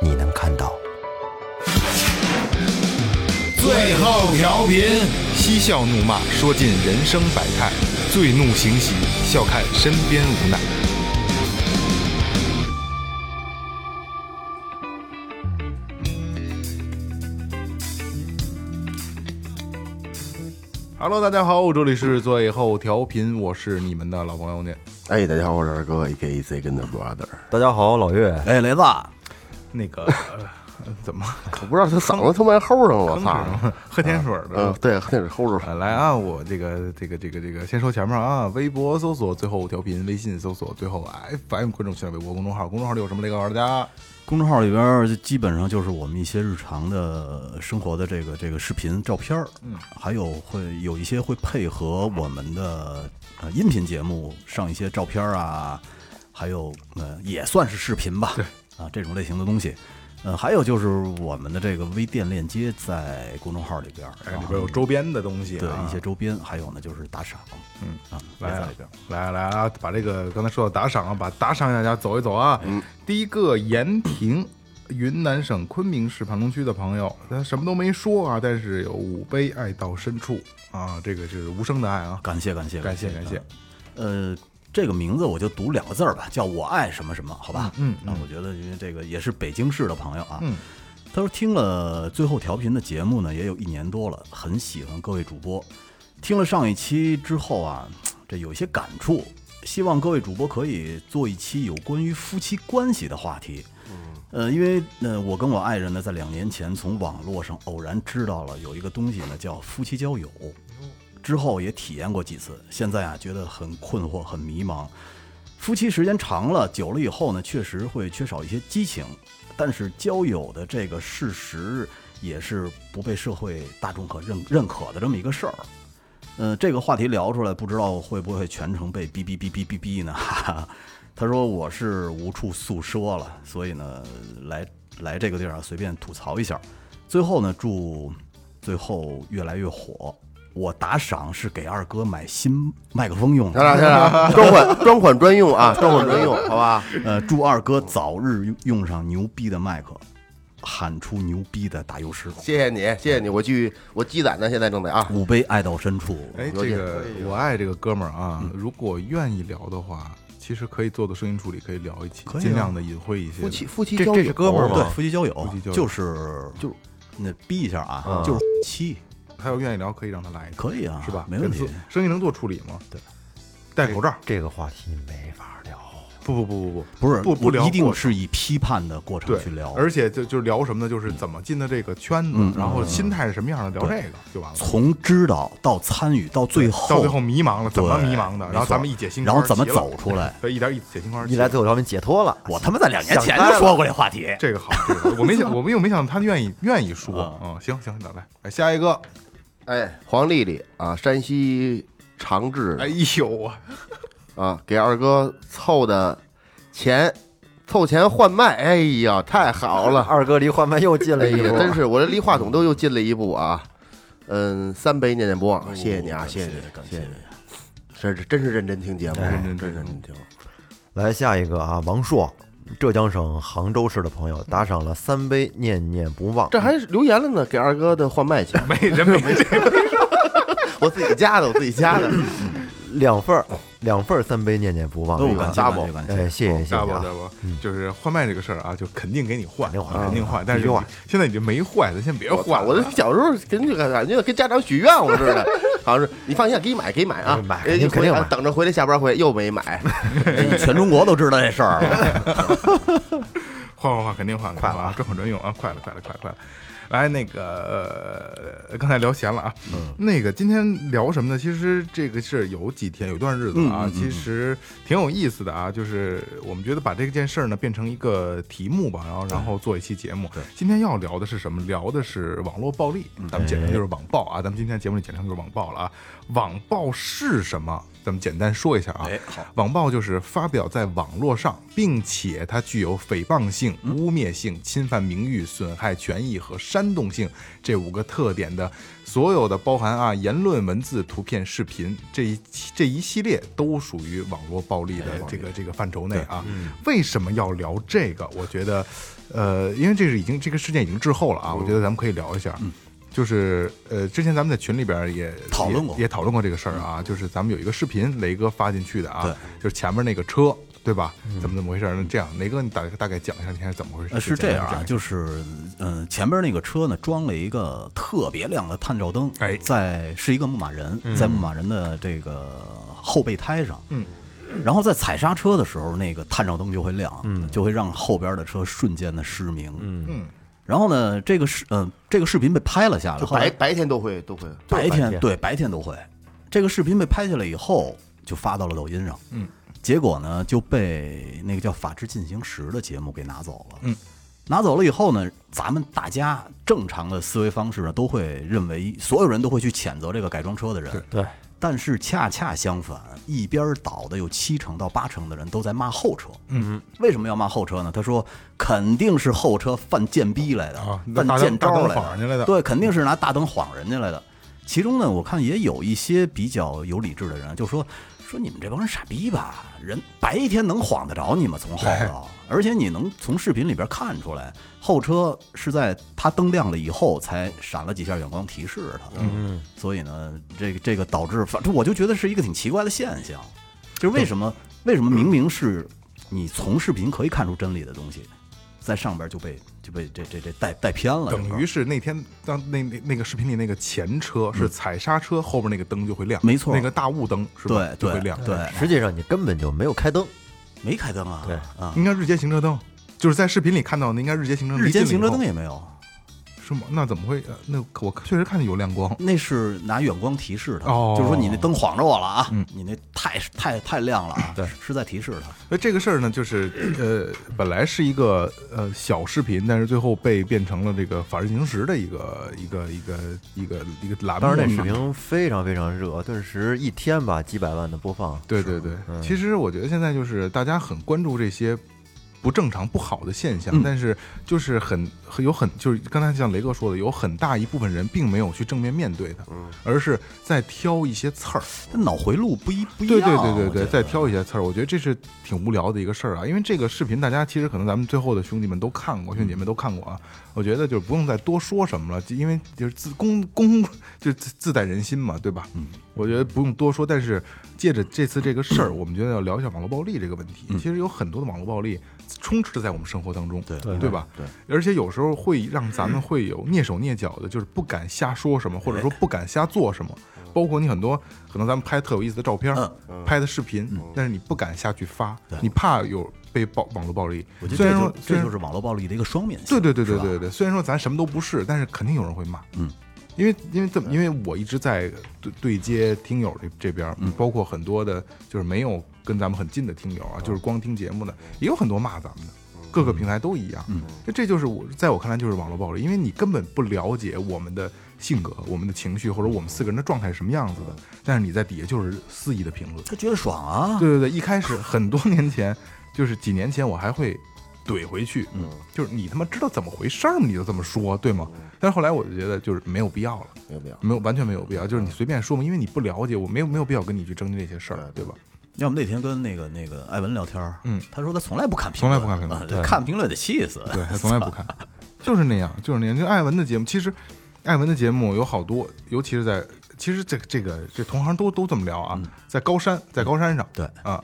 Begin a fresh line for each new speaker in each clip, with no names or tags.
你能看到。
最后调频，
嬉笑怒骂，说尽人生百态；醉怒行喜，笑看身边无奈。Hello，大家好，这里是最后调频，我是你们的老朋友念
哎，大家好，我是二哥，A K A C 跟的 brother。
大家好，老岳，
哎，雷子，
那个、呃怎么
我不知道他嗓子他妈还齁上了，我操！
喝甜水的？
嗯，对，那是齁着。
呃，来啊！我这个这个这个这个，先说前面啊，微博搜索最后调频，微信搜索最后 FM 观众群，微博公众号，公众号里有什么？雷告诉大家，
公众号里边儿就基本上就是我们一些日常的生活的这个这个视频、照片儿，嗯，还有会有一些会配合我们的呃音频节目上一些照片儿啊，还有呃也算是视频吧，对啊这种类型的东西。呃，还有就是我们的这个微店链接在公众号里边儿，
哎，
然
里
后
边有周边的东西、啊，
对一些周边，还有呢就是打赏，嗯啊也
来
在
啊
里边儿。
来啊来啊！把这个刚才说到打赏啊，把打赏大家走一走啊。
嗯
第一个延平，云南省昆明市盘龙区的朋友，他什么都没说啊，但是有五杯爱到深处啊，这个是无声的爱啊，
感谢感谢
感谢感谢。
呃，这个名字我就读两个字儿吧，叫我爱什么什么，好吧？
嗯嗯
那我觉得因为这个也是北京市的朋友啊，
嗯，
他说听了最后调频的节目呢，也有一年多了，很喜欢各位主播。听了上一期之后啊，这有一些感触，希望各位主播可以做一期有关于夫妻关系的话题。呃，因为呃，我跟我爱人呢，在两年前从网络上偶然知道了有一个东西呢，叫夫妻交友，之后也体验过几次，现在啊觉得很困惑、很迷茫。夫妻时间长了、久了以后呢，确实会缺少一些激情，但是交友的这个事实也是不被社会大众可认认可的这么一个事儿。呃，这个话题聊出来，不知道会不会全程被哔哔哔哔哔哔呢？ 哈哈。他说我是无处诉说了，所以呢，来来这个地儿啊，随便吐槽一下。最后呢，祝最后越来越火。我打赏是给二哥买新麦克风用的
咱。俩先俩 专款专款专用啊，专款专用，好吧？
呃，祝二哥早日用上牛逼的麦克，喊出牛逼的打油诗。
谢谢你，谢谢你，我去，我积攒呢，现在正在啊。
五杯爱到深处，
哎，
有
这
点
个我爱这个哥们儿啊，
嗯
如果愿意聊的话，其实可以做的声音处理，可以聊一期，
可以啊
尽量的隐晦一些。
夫妻夫妻
这
交
这是
友，
哥们儿
哦对，
吗？
夫妻交友
夫妻交友
就是就是那逼一下啊，就是七
他要愿意聊，可以让他来一个，
可以啊，
是吧？
没问
这
题
次。声音能做处理吗？对，戴口罩。
这个话题没法聊，
不不不不不，
不是
不不聊
一定
过
是以批判的过程
对
去聊，嗯
而且就就是聊什么呢？就是怎么进的这个圈子，然后心态是什么样的，聊这个就完了。
从知道到参与到最后，
到最后迷茫了，怎么
对
迷茫的？
没
然后咱
错
们一解心
然
宽
后
儿，
怎么
急了
走出来？
对，一点一解心宽儿急
一
了，
来最后调频解脱了，
我他妈在两年前
想开
就
了
说过这话题，
这个好，这个好，我没想，我们又没想到他愿意愿意说啊、嗯行行，来来，下一个，
哎，黄丽丽啊，山西长治
哎呦啊，
啊，给二哥凑的钱，凑钱换麦，哎呀，太好了。
二哥离换麦又近
哎
了一
呀，
步，
真是我这离话筒都又近了一步啊！嗯，三杯念念不忘，谢谢你啊，谢谢你，谢谢你，这是真是认真听节目，认真真认真听。
来下一个啊，王硕，浙江省杭州市的朋友打赏了三杯，念念不忘。
这还是留言了呢，给二哥的换麦去，
没人没没
我自己加的，我自己加的。
两份儿，两份儿三杯，念念不
啊
忘。
都
这
我
个
感谢感谢感 谢
哎，谢谢谢谢
大吧
啊
大！吧，就是换麦这个事儿啊，就肯定给你换，啊
肯定换嗯
肯定换，但是
必须换
你现在你就没换，咱先别
我操
换了，
我这小时候跟这个感觉跟家长许愿我似的，好像是你放心，给你买，给你买啊，
买
哎
肯定肯定买
等着回来下班回来又没买，
全中国都知道这事儿了。
换换换，肯定换，快了啊，专款专用啊，快了快了快了快了。来，那个、呃、刚才聊闲了啊，那个今天聊什么呢？其实这个是有几天有一段日子啊，其实挺有意思的啊，就是我们觉得把这件事儿呢变成一个题目吧，然后然后做一期节目。今天要聊的是什么？聊的是网络暴力，咱们简称就是网暴啊，咱们今天节目里简称就是网暴了啊。网暴是什么？咱们简单说一下啊。
哎好
网暴就是发表在网络上，并且它具有诽谤性、污蔑性、侵犯名誉、损害权益和煽动性这五个特点的所有的包含啊，言论、文字、图片、视频这一这一系列都属于网络暴力的这
嗯
个这个范畴内啊。为什么要聊这个？我觉得，呃，因为这是已经这个事件已经滞后了
嗯
啊，我觉得咱们可以聊一下。就是呃，之前咱们在群里边也
讨论过
也也讨论过这个事儿
嗯
啊，就是咱们有一个视频，雷哥发进去的啊，就是前面那个车，对吧？怎么怎么回事儿？那这样，雷哥，你大大概讲一下那天是怎么回事？
嗯呃，是
简
这
单
样啊，
讲一下
就是，嗯，前边那个车呢装了一个特别亮的探照灯，
哎
在是一个牧马人，在牧马人的这个后备胎上，
嗯，
然后在踩刹车的时候，那个探照灯就会亮，嗯，就会让后边的车瞬间的失明，嗯
嗯
然后呢，这个视，嗯、这个视频被拍了下来，
就
后来
白白天都会都会，
白
白天
天
对白天都会。这个视频被拍下来以后，就发到了抖音上。
嗯，
结果呢就被那个叫《法制进行时》的节目给拿走了。
嗯，
拿走了以后呢，咱们大家正常的思维方式呢，都会认为所有人都会去谴责这个改装车的人。
对，
但是恰恰相反，一边倒的有七成到八成的人都在骂后车。嗯，为什么要骂后车呢？他说肯定是后车犯贱逼来的，
啊
犯
拿大
贱
灯
招
大灯晃
来
人家来的
对，肯定是拿大灯晃人家来的。其中呢，我看也有一些比较有理智的人，就说说你们这帮人傻逼吧，人白天能晃得着你吗？从后
哎
头，而且你能从视频里边看出来，后车是在它灯亮了以后才闪了几下远光提示它。嗯，所以呢，这个这个导致，反正我就觉得是一个挺奇怪的现象，就是为什么为什么明明是你从视频可以看出真理的东西，在上边就被就被这这这带带偏了，
等于是那天当那那那个视频里那个前车是踩刹车，后边那个灯就会亮，
没错
那个大雾灯是吧？
对
就会
对
亮，
对，
实际上你根本就没有开灯，
没开灯啊，
对
啊，
应该日间行车灯，就是在视频里看到的，应该日间行车灯
日间行车灯
也
也没有，
是吗？那怎么会？呃那我确实看见有亮光，
那是拿远光提示他，
哦
就是说你那灯晃着我了啊，
嗯
你那太太太亮了啊，
对
是是在提示他，
那这个事儿呢，就是呃，本来是一个呃小视频，但是最后被变成了这个《法制进行时》的一个一个一个一个一个栏目。
当时那视频非常非常热，顿时一天吧几百万的播放。
对对对，
嗯
其实我觉得现在就是大家很关注这些不正常、不好的现
嗯
象，但是就是很很有很就是刚才像雷哥说的，有很大一部分人并没有去正面面对它，而是在挑一些刺儿。
那脑回路不一不一
对
样，
对对对
我觉
对，
得
再挑一些刺儿，我觉得这是挺无聊的一个事儿啊。因为这个视频，大家其实可能咱们最后的兄弟们都看过，兄弟姐妹都看过啊。我觉得就是不用再多说什么了，就因为就是自公公就是自自在人心嘛，对吧？嗯，我觉得不用多说。但是借着这次这个事儿，我们觉得要聊一下网络暴力这个问题。其实有很多的网络暴力充斥在我们生活当中，对对吧？对，而且有时候会让咱们会有蹑手蹑脚的，就是不敢瞎说什么，或者说不敢瞎做什么。包括你很多可能咱们拍特有意思的照片，
嗯
拍的视频，但是你不敢下去发，你怕有被暴网络暴力
我。觉
虽
得
然
这
说
就，
虽
这
然
就是网络暴力的一个双面性，
对对对对
是吧
对对，虽然说咱什么都不是，但是肯定有人会骂。嗯，因为因为这么，因为我一直在对对接听友这这边儿，
嗯
包括很多的，就是没有跟咱们很近的听友啊，
嗯
就是光听节目的，也有很多骂咱们的。各个平台都一样，
嗯
这这就是我在我看来就是网络暴力，因为你根本不了解我们的性格、我们的情绪或者我们四个人的状态是什么样子的，但是你在底下就是肆意的评论，
他觉得爽啊，
对对对，一开始很多年前，就是几年前，我还会怼回去，嗯，就是你他妈知道怎么回事儿吗？你就这么说，对吗？但是后来我就觉得就是没有必要了，
没有必要。
没有完全没有必要，就是你随便说嘛，因为你不了解，我没有没有必要跟你去争这些事儿，对吧？
要么那天跟那个那个艾文聊天儿，
嗯
他说他从来不看评
从
论，
来不看评论
啊
对
看评论得气死，
对他从来不看， 就是那样，就是那样。就艾文的节目，其实艾文的节目有好多，尤其是在其实这这个这同行都都这么聊啊，在高山在高山上，
对
啊，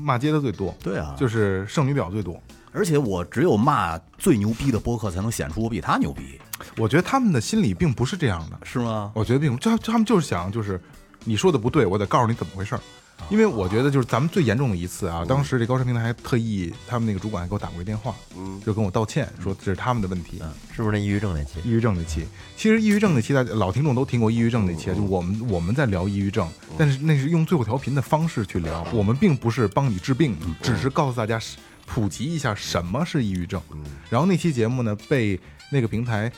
骂街的最多，
对啊
就是剩女婊最多。
而且我只有骂最牛逼的播客才能显出我比他牛逼，
我觉得他们的心理并不是这样的，
是吗？
我觉得并不，就他他们就是想就是你说的不对，我得告诉你怎么回事儿。因为我觉得就是咱们最严重的一次啊，当时这高山平台还特意他们那个主管还给我打过一电话，
嗯
就跟我道歉说这是他们的问题。
是不是那抑郁症那期？
抑郁症那期，其实抑郁症那期大家老听众都听过抑郁症那期，就我们我们在聊抑郁症，但是那是用最后调频的方式去聊，我们并不是帮你治病，只是告诉大家是普及一下什么是抑郁症。然后那期节目呢，被那个平台。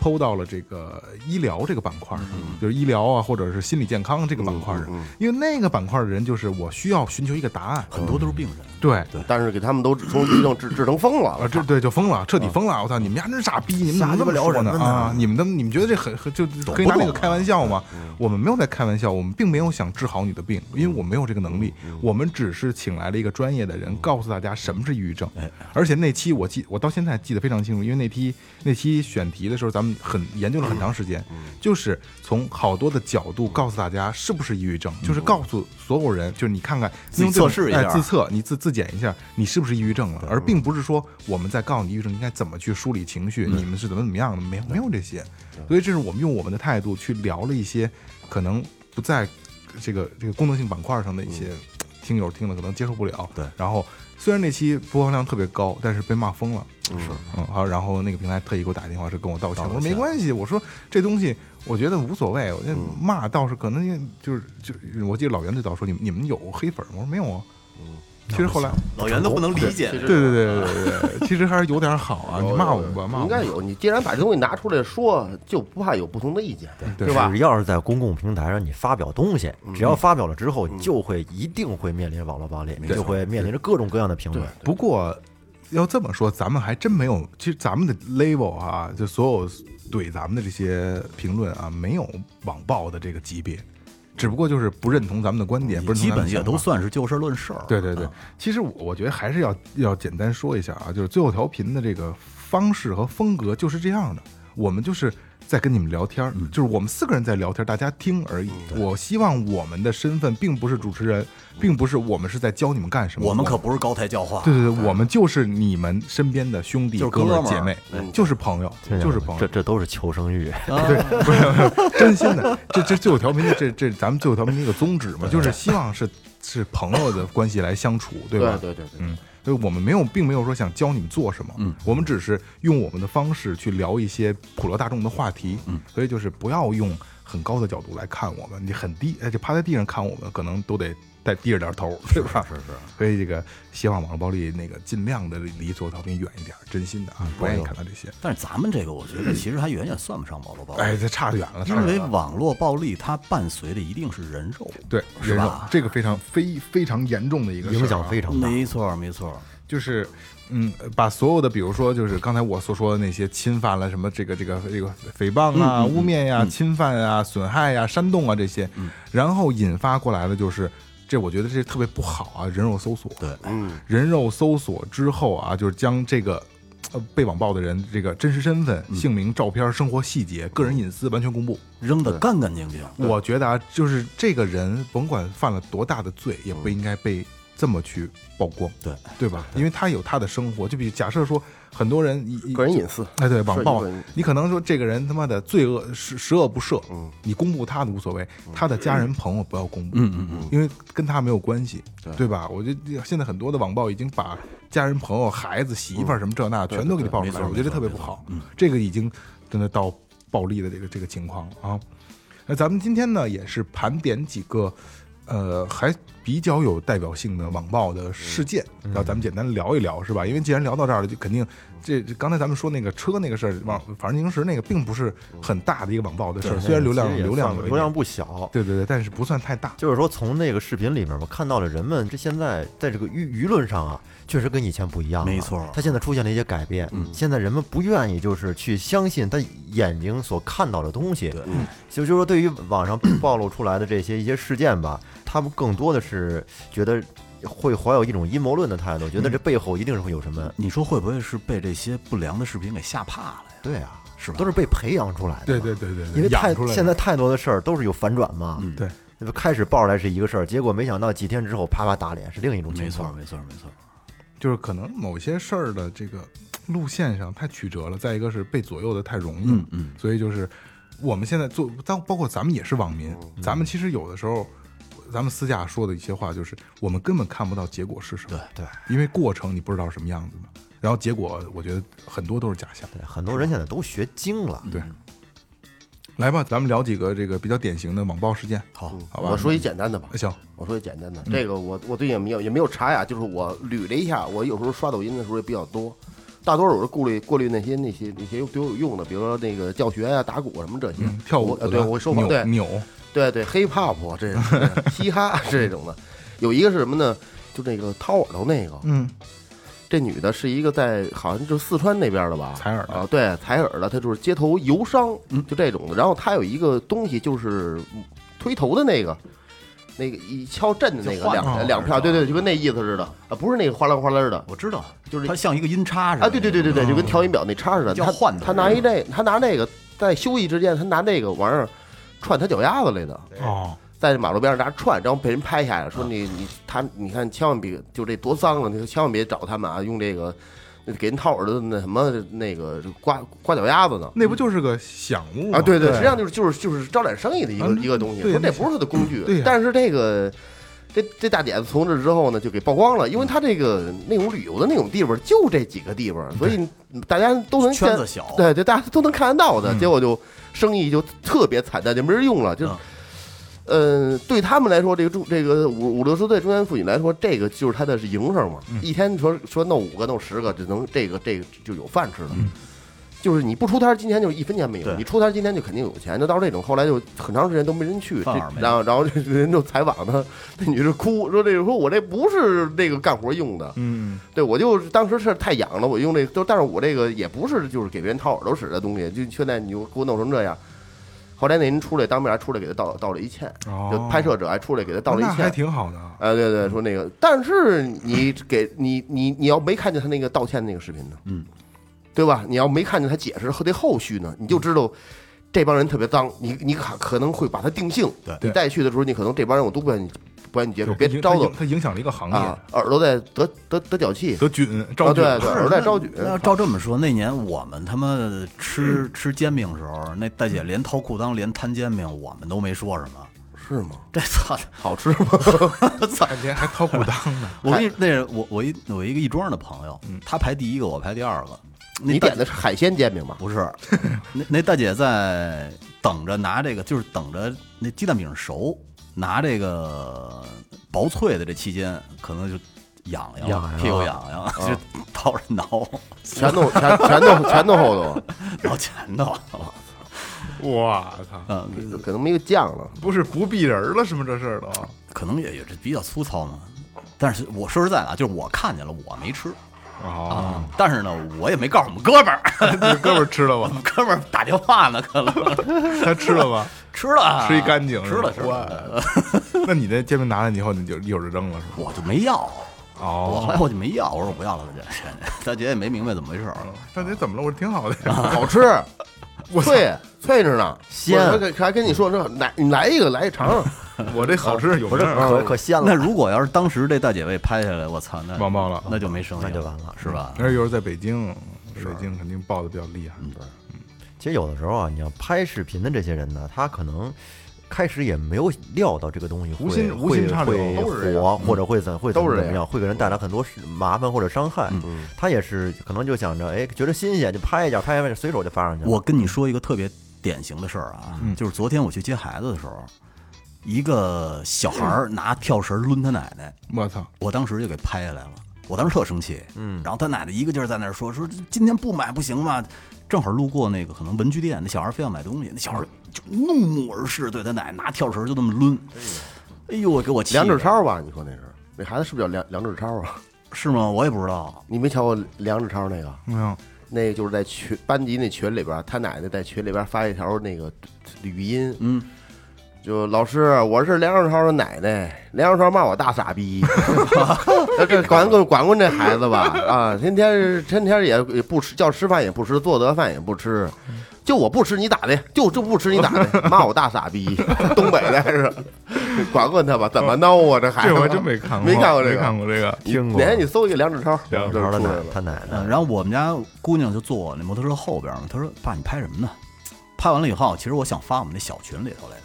抛到了这个医疗这个板块，就是医疗啊，或者是心理健康这个板块上，因为那个板块的人就是我需要寻求一个答案，
很多都是病人。
对，
但是给他们都从抑郁症治治成疯了，
啊，这对就疯了，彻底疯了！我操，你们家真傻逼，你们怎么这么说呢？啊，你们的你们觉得这很很就可以拿这个开玩笑吗？我们没有在开玩笑，我们并没有想治好你的病，因为我没有这个能力，我们只是请来了一个专业的人，告诉大家什么是抑郁症。而且那期我记，我到现在记得非常清楚，因为那期那期选题的时候，咱们很研究了很长时间，就是从好多的角度告诉大家是不是抑郁症，就是告诉所有人，就是你看看
自己
用这种
测试一下
哎自测你自自检一下，你是不是抑郁症了，而并不是说我们在告诉你抑郁症应该怎么去梳理情绪，你们是怎么怎么样的，没有没有这些，所以这是我们用我们的态度去聊了一些可能不在这个这个功能性板块上的一些
嗯
听友听了可能接受不了，
对
然后虽然那期播放量特别高，但是被骂疯了，是，嗯，好，然后那个平台特意给我打电话是跟我道歉，我说没关系，我说这东西我觉得无所谓，我这骂倒是可能也就是就是，我记得老袁最早说你们你们有黑粉吗？我说没有啊，其实后来。
老袁都不能理解，
对对对对对对，其实还是有点好 啊！你骂我们吧，骂我
应
们吧
该有。你既然把这东西拿出来说，就不怕有不同的意见，
对嗯
是吧？
只要是在公共平台上你发表东西，只要发表了之后，就会一定会面临网络暴力，就会面临着各种各样的评论。
不过要这么说，咱们还真没有，其实咱们的 label 啊，就所有怼咱们的这些评论啊，没有网暴的这个级别，只不过就是不认同咱们的观点，不认同
基
咱们
本
的
也
想法
都算是嗯就事论事儿。
对对对，其实我我觉得还是要要简单说一下啊，就是最后调频的这个方式和风格就是这样的，我们就是在跟你们聊天儿，
嗯
就是我们四个人在聊天儿，大家听而已。我希望我们的身份并不是主持人，并不是我们是在教你们干什么，
我们可不是高抬教化。
对对对，我们就是你们身边的兄弟、
啊就是
哥们
哥
儿、
们儿哎
姐妹，就是朋友，就是啊朋
这
友。
这都是求生欲，
啊
不是，真心的，这这最后调频的，这这咱们最后调频的一个宗旨嘛，就是希望是是朋友的关系来相处，对吧？
对对对
嗯，所以我们没有，并没有说想教你们做什么，嗯，我们只是用我们的方式去聊一些普罗大众的话题，嗯，所以就是不要用很高的角度来看我们，你很低，哎，就趴在地上看我们，可能都得再低着点头， 对吧？是是，所以这个希望网络暴力那个尽量的离左调频远一点，真心的啊，不愿意看到这些，
但是咱们这个，我觉得其实还远远算不上网络暴力，
哎，这差得远了，差
因
得远
为
了
网络暴力它伴随的一定是人肉。
对
是
人啊
吧
肉这个非常非非常严重的一个事儿啊
影响非常大。
没错，没错，
就是，嗯，把所有的，比如说，就是刚才我所说的那些侵犯了什么这个这个这个诽谤啊、污蔑呀、侵犯啊、损害呀、煽动啊这些，然后引发过来的就是，这我觉得这特别不好啊，人肉搜索。
对，
嗯，
人肉搜索之后啊，就是将这个。呃，被网暴的人这个真实身份、姓名、照片、生活细节、个人隐私完全公布。
扔得干干净净。
我觉得啊，就是这个人甭管犯了多大的罪，也不应该被这么去曝光，
对
对吧？因为他有他的生活，就比如假设说，很多人一一
个人隐私，
哎对网暴
涉及个人，
你可能说这个人他妈的罪恶十十恶不赦，
嗯
你公布他的无所谓，他的家人朋友不要公布，嗯嗯嗯，因为跟他没有关系，对吧？我觉得现在很多的网暴已经把家人、朋友、孩子、媳
嗯
妇儿什么这那全都给你爆出来，我觉得特别不好，这个已经真的到暴力的这个这个情况了啊。那咱们今天呢，也是盘点几个，呃，还比较有代表性的网暴的事件，
嗯
然后咱们简单聊一聊，是吧？因为既然聊到这儿了，就肯定这这刚才咱们说那个车那个事儿，网反正平时那个并不是很大的一个网暴的事儿，虽然流量
其实也
流量
算
有一
流量
点
不小，
对对对，但是不算太大。
就是说，从那个视频里面，我看到了人们这现在在这个舆舆论上啊，确实跟以前不一样了。
没错
他现在出现了一些改变。现在人们不愿意就是去相信他眼睛所看到的东西。对，就就是说，对于网上暴露出来的这些一些事件吧，他们更多的是觉得会怀有一种阴谋论的态度，觉得这背后一定是会有什么。
呃你说会不会是被这些不良的视频给吓怕了呀？
对啊，
是吧
都是被培养出来的。
对对。对对对，
因为太
养出来的嗯
现在太多的事儿都是有反转嘛，
对
那不开始爆出来是一个事儿，结果没想到几天之后啪啪打脸是另一种情
没错，
况。
没错，没错。
就是可能某些事儿的这个路线上太曲折了，再一个是被左右的太容易了，
嗯嗯
所以就是我们现在做，包包括咱们也是网民，咱们其实有的时候。咱们私下说的一些话，就是我们根本看不到结果是什么，
对，
因为过程你不知道什么样子嘛。然后结果，我觉得很多都是假象。
对，很多人现在都学精了，
对，来吧，咱们聊几个这个比较典型的网暴事件。哎
好，
好吧，
嗯
嗯
我说一简单的吧。
行，
我说一简单的，这个我我最近也没有也没有查呀，就是我捋了一下，我有时候刷抖音的时候也比较多，大多数我是过滤过滤那些那些那些对我有用的，比如说那个教学呀、打鼓什么这些
嗯，跳舞
我呃
的，
对，我会收放，
扭
对
扭，
对对，hip hop 这种 嘻哈啊这种的，有一个是什么呢？就那个掏耳朵那个，
嗯，
这女的是一个在好像就是四川那边的吧，
采耳的
啊，对，采耳的，她就是街头游商，就这种的。然后她有一个东西就是嗯推头的那个，那个一敲震的那
就
个
晃
两
的那个
两
是吧
票，对对，就跟那意思似的啊，不是那个哗啦哗啦的
我知道，
就是
它像一个音叉似的
啊，对对对对对，就跟调音表那叉似的。
叫
她
嗯换头
她拿一那，她拿那个在休息之间，她拿那个玩意儿串她脚丫子来的。
哦，
在马路边上那儿串，然后被人拍下来，说
啊
你你他你看千万别就这多脏了，你千万别找他们啊，用这个给人掏耳朵的那什么那个刮刮脚丫子呢。
那不就是个响物吗
啊，对
嗯对，
实际上就是就是就是招揽生意的一个、
啊
一个东西，
对
说这
那是
不是他的工具，
对呀
但是这个这这大点子从这之后呢，就给曝光了，因为他这个那种旅游的那种地方就这几个地方，所以大家都能
圈
见
子小，
对，就大家都能看得到的，结果就生意就特别惨淡，就没人用了，就
嗯。
呃，对他们来说，这个中这个五五六十岁中年妇女来说，这个就是她的是营生嘛。
嗯
一天说说弄五个弄十个，只能这个这个就有饭吃了。就是你不出摊儿，今天就是一分钱没有；
嗯对
你出摊儿，今天就肯定有钱。就到这种，后来就很长时间都没人去，
饭碗
这
没了
然后然后这人就采访她，那女的哭说：“这个说我这不是那个干活用的，
嗯，
对，我就是当时是太痒了，我用这都，但是我这个也不是就是给别人掏耳朵使的东西，就现在你就给我弄成这样。后来那人出来，当面还出来给他道道了一歉，
哦
就拍摄者还出来给他道了
那
一
还
歉。
挺好的，啊
哎，对对，说那个，但是你给你你你要没看见他那个道歉那个视频呢，嗯，对吧？你要没看见他解释和这后续呢，你就知道这帮人特别脏，你你可可能会把他定性。
对
你再去的时候，你可能这帮人我都不愿意不愿意接触，
就
别
影
招
它
惹
影它影响了一个行
啊
业，，
耳朵在得得得脚气，
得菌招菌，
啊对对
是
耳朵在招举
那要照这么说，那年我们他妈吃
嗯
吃煎饼的时候，那大姐连掏裤裆连摊煎饼，我们都没说 什么。
是吗？
这操！
好吃吗？
操， 还还掏裤裆 呢，
我跟你那是我我一我一个亦庄的朋友，他排第一个，我排第二个。那
嗯你
大
点的是海鲜煎饼吧？
不是，那那大姐在等着拿这个，就是等着那鸡蛋饼熟，拿这个薄脆的这期间，可能就痒痒
痒
啊
痒
屁股痒痒，就掏着挠，
全 都全全都全都后 头，
挠前头。
我操，
嗯，
可能没有酱了。
不是不避人了是吗？这事儿都，
可能也也是比较粗糙嘛。但是我说实在的啊，就是我看见了，我没吃
哦，
啊。但是呢，我也没告诉我们哥们儿，
这哥们儿吃了
我
吧？
们哥们儿打电话呢，可能
他吃了吧？
吃了啊，
吃一干净
吃
是吧
了吃了，
那你那煎饼拿来以后，你就一会儿就扔了是吧？
我就没要。啊我
哦，
后来我就没要，我说我不要了，大姐。 大姐也没明白怎么回事儿，
哦
大姐怎么了？我说挺好的呀，
好 吃，脆脆着呢，
鲜
我还还跟你说这来你来一个，来一尝 尝。
我这好
啊
吃有名儿
啊
啊
可可鲜了。
那如果要是当时这大姐被拍下来，我操，那
网暴了
那就没生意，
那就完了嗯
是
啊
吧？
而且又是在北京，北京肯定爆的比较厉害。
嗯
其实有的时候啊，你要拍视频的这些人呢，他可能。开始也没有料到这个东西会
无心无
会
心插柳
会
都是这样
火，
嗯
或者会怎会怎
都
么
是这
怎么样，会给人带来很多事麻烦或者伤害。他也是可能就想着，哎，觉得新鲜就拍一下，拍一下随手就发上去了。
我跟你说一个特别典型的事儿啊，
嗯
就是昨天我去接孩子的时候，一个小 孩儿拿跳绳抡他奶奶，
我操，
我当时就给拍下来了。我当时特生气，嗯，然后他奶奶一个劲儿在那儿说说今天不买不行吗？正好路过那个可能文具店，那小孩非要买东西，那小孩就怒目而视，对他奶奶拿跳绳就那么抡，哎呦，给我气的！
梁志超吧，你说那是那孩子是不是叫梁梁志超啊？
是吗？我也不知道，
你没瞧过梁志超那个？
没有，
那个就是在群班级那群里边儿，他奶奶在群里边儿发一条那个语音，嗯，就老师，我是梁少超的奶奶，梁少超骂我大傻逼， 这管管管管这孩子吧，啊，天天是天天也也不吃，叫吃饭也不吃，做得饭也不吃。就我不吃你咋的？就就不吃你咋的？骂我大傻逼， 东北的还是，管管他吧，怎么闹啊？这孩子
这我还真没看过，
没看过这
没
个，
看过这个。
你
听过
哪天你搜一个梁志超，
梁志
就
然后他
出
奶
来了。
他奶奶
嗯，然后我们家姑娘就坐我那摩托车后边嘛，她说：“爸，你拍什么呢？”拍完了以后，其实我想发我们那小群里头来的，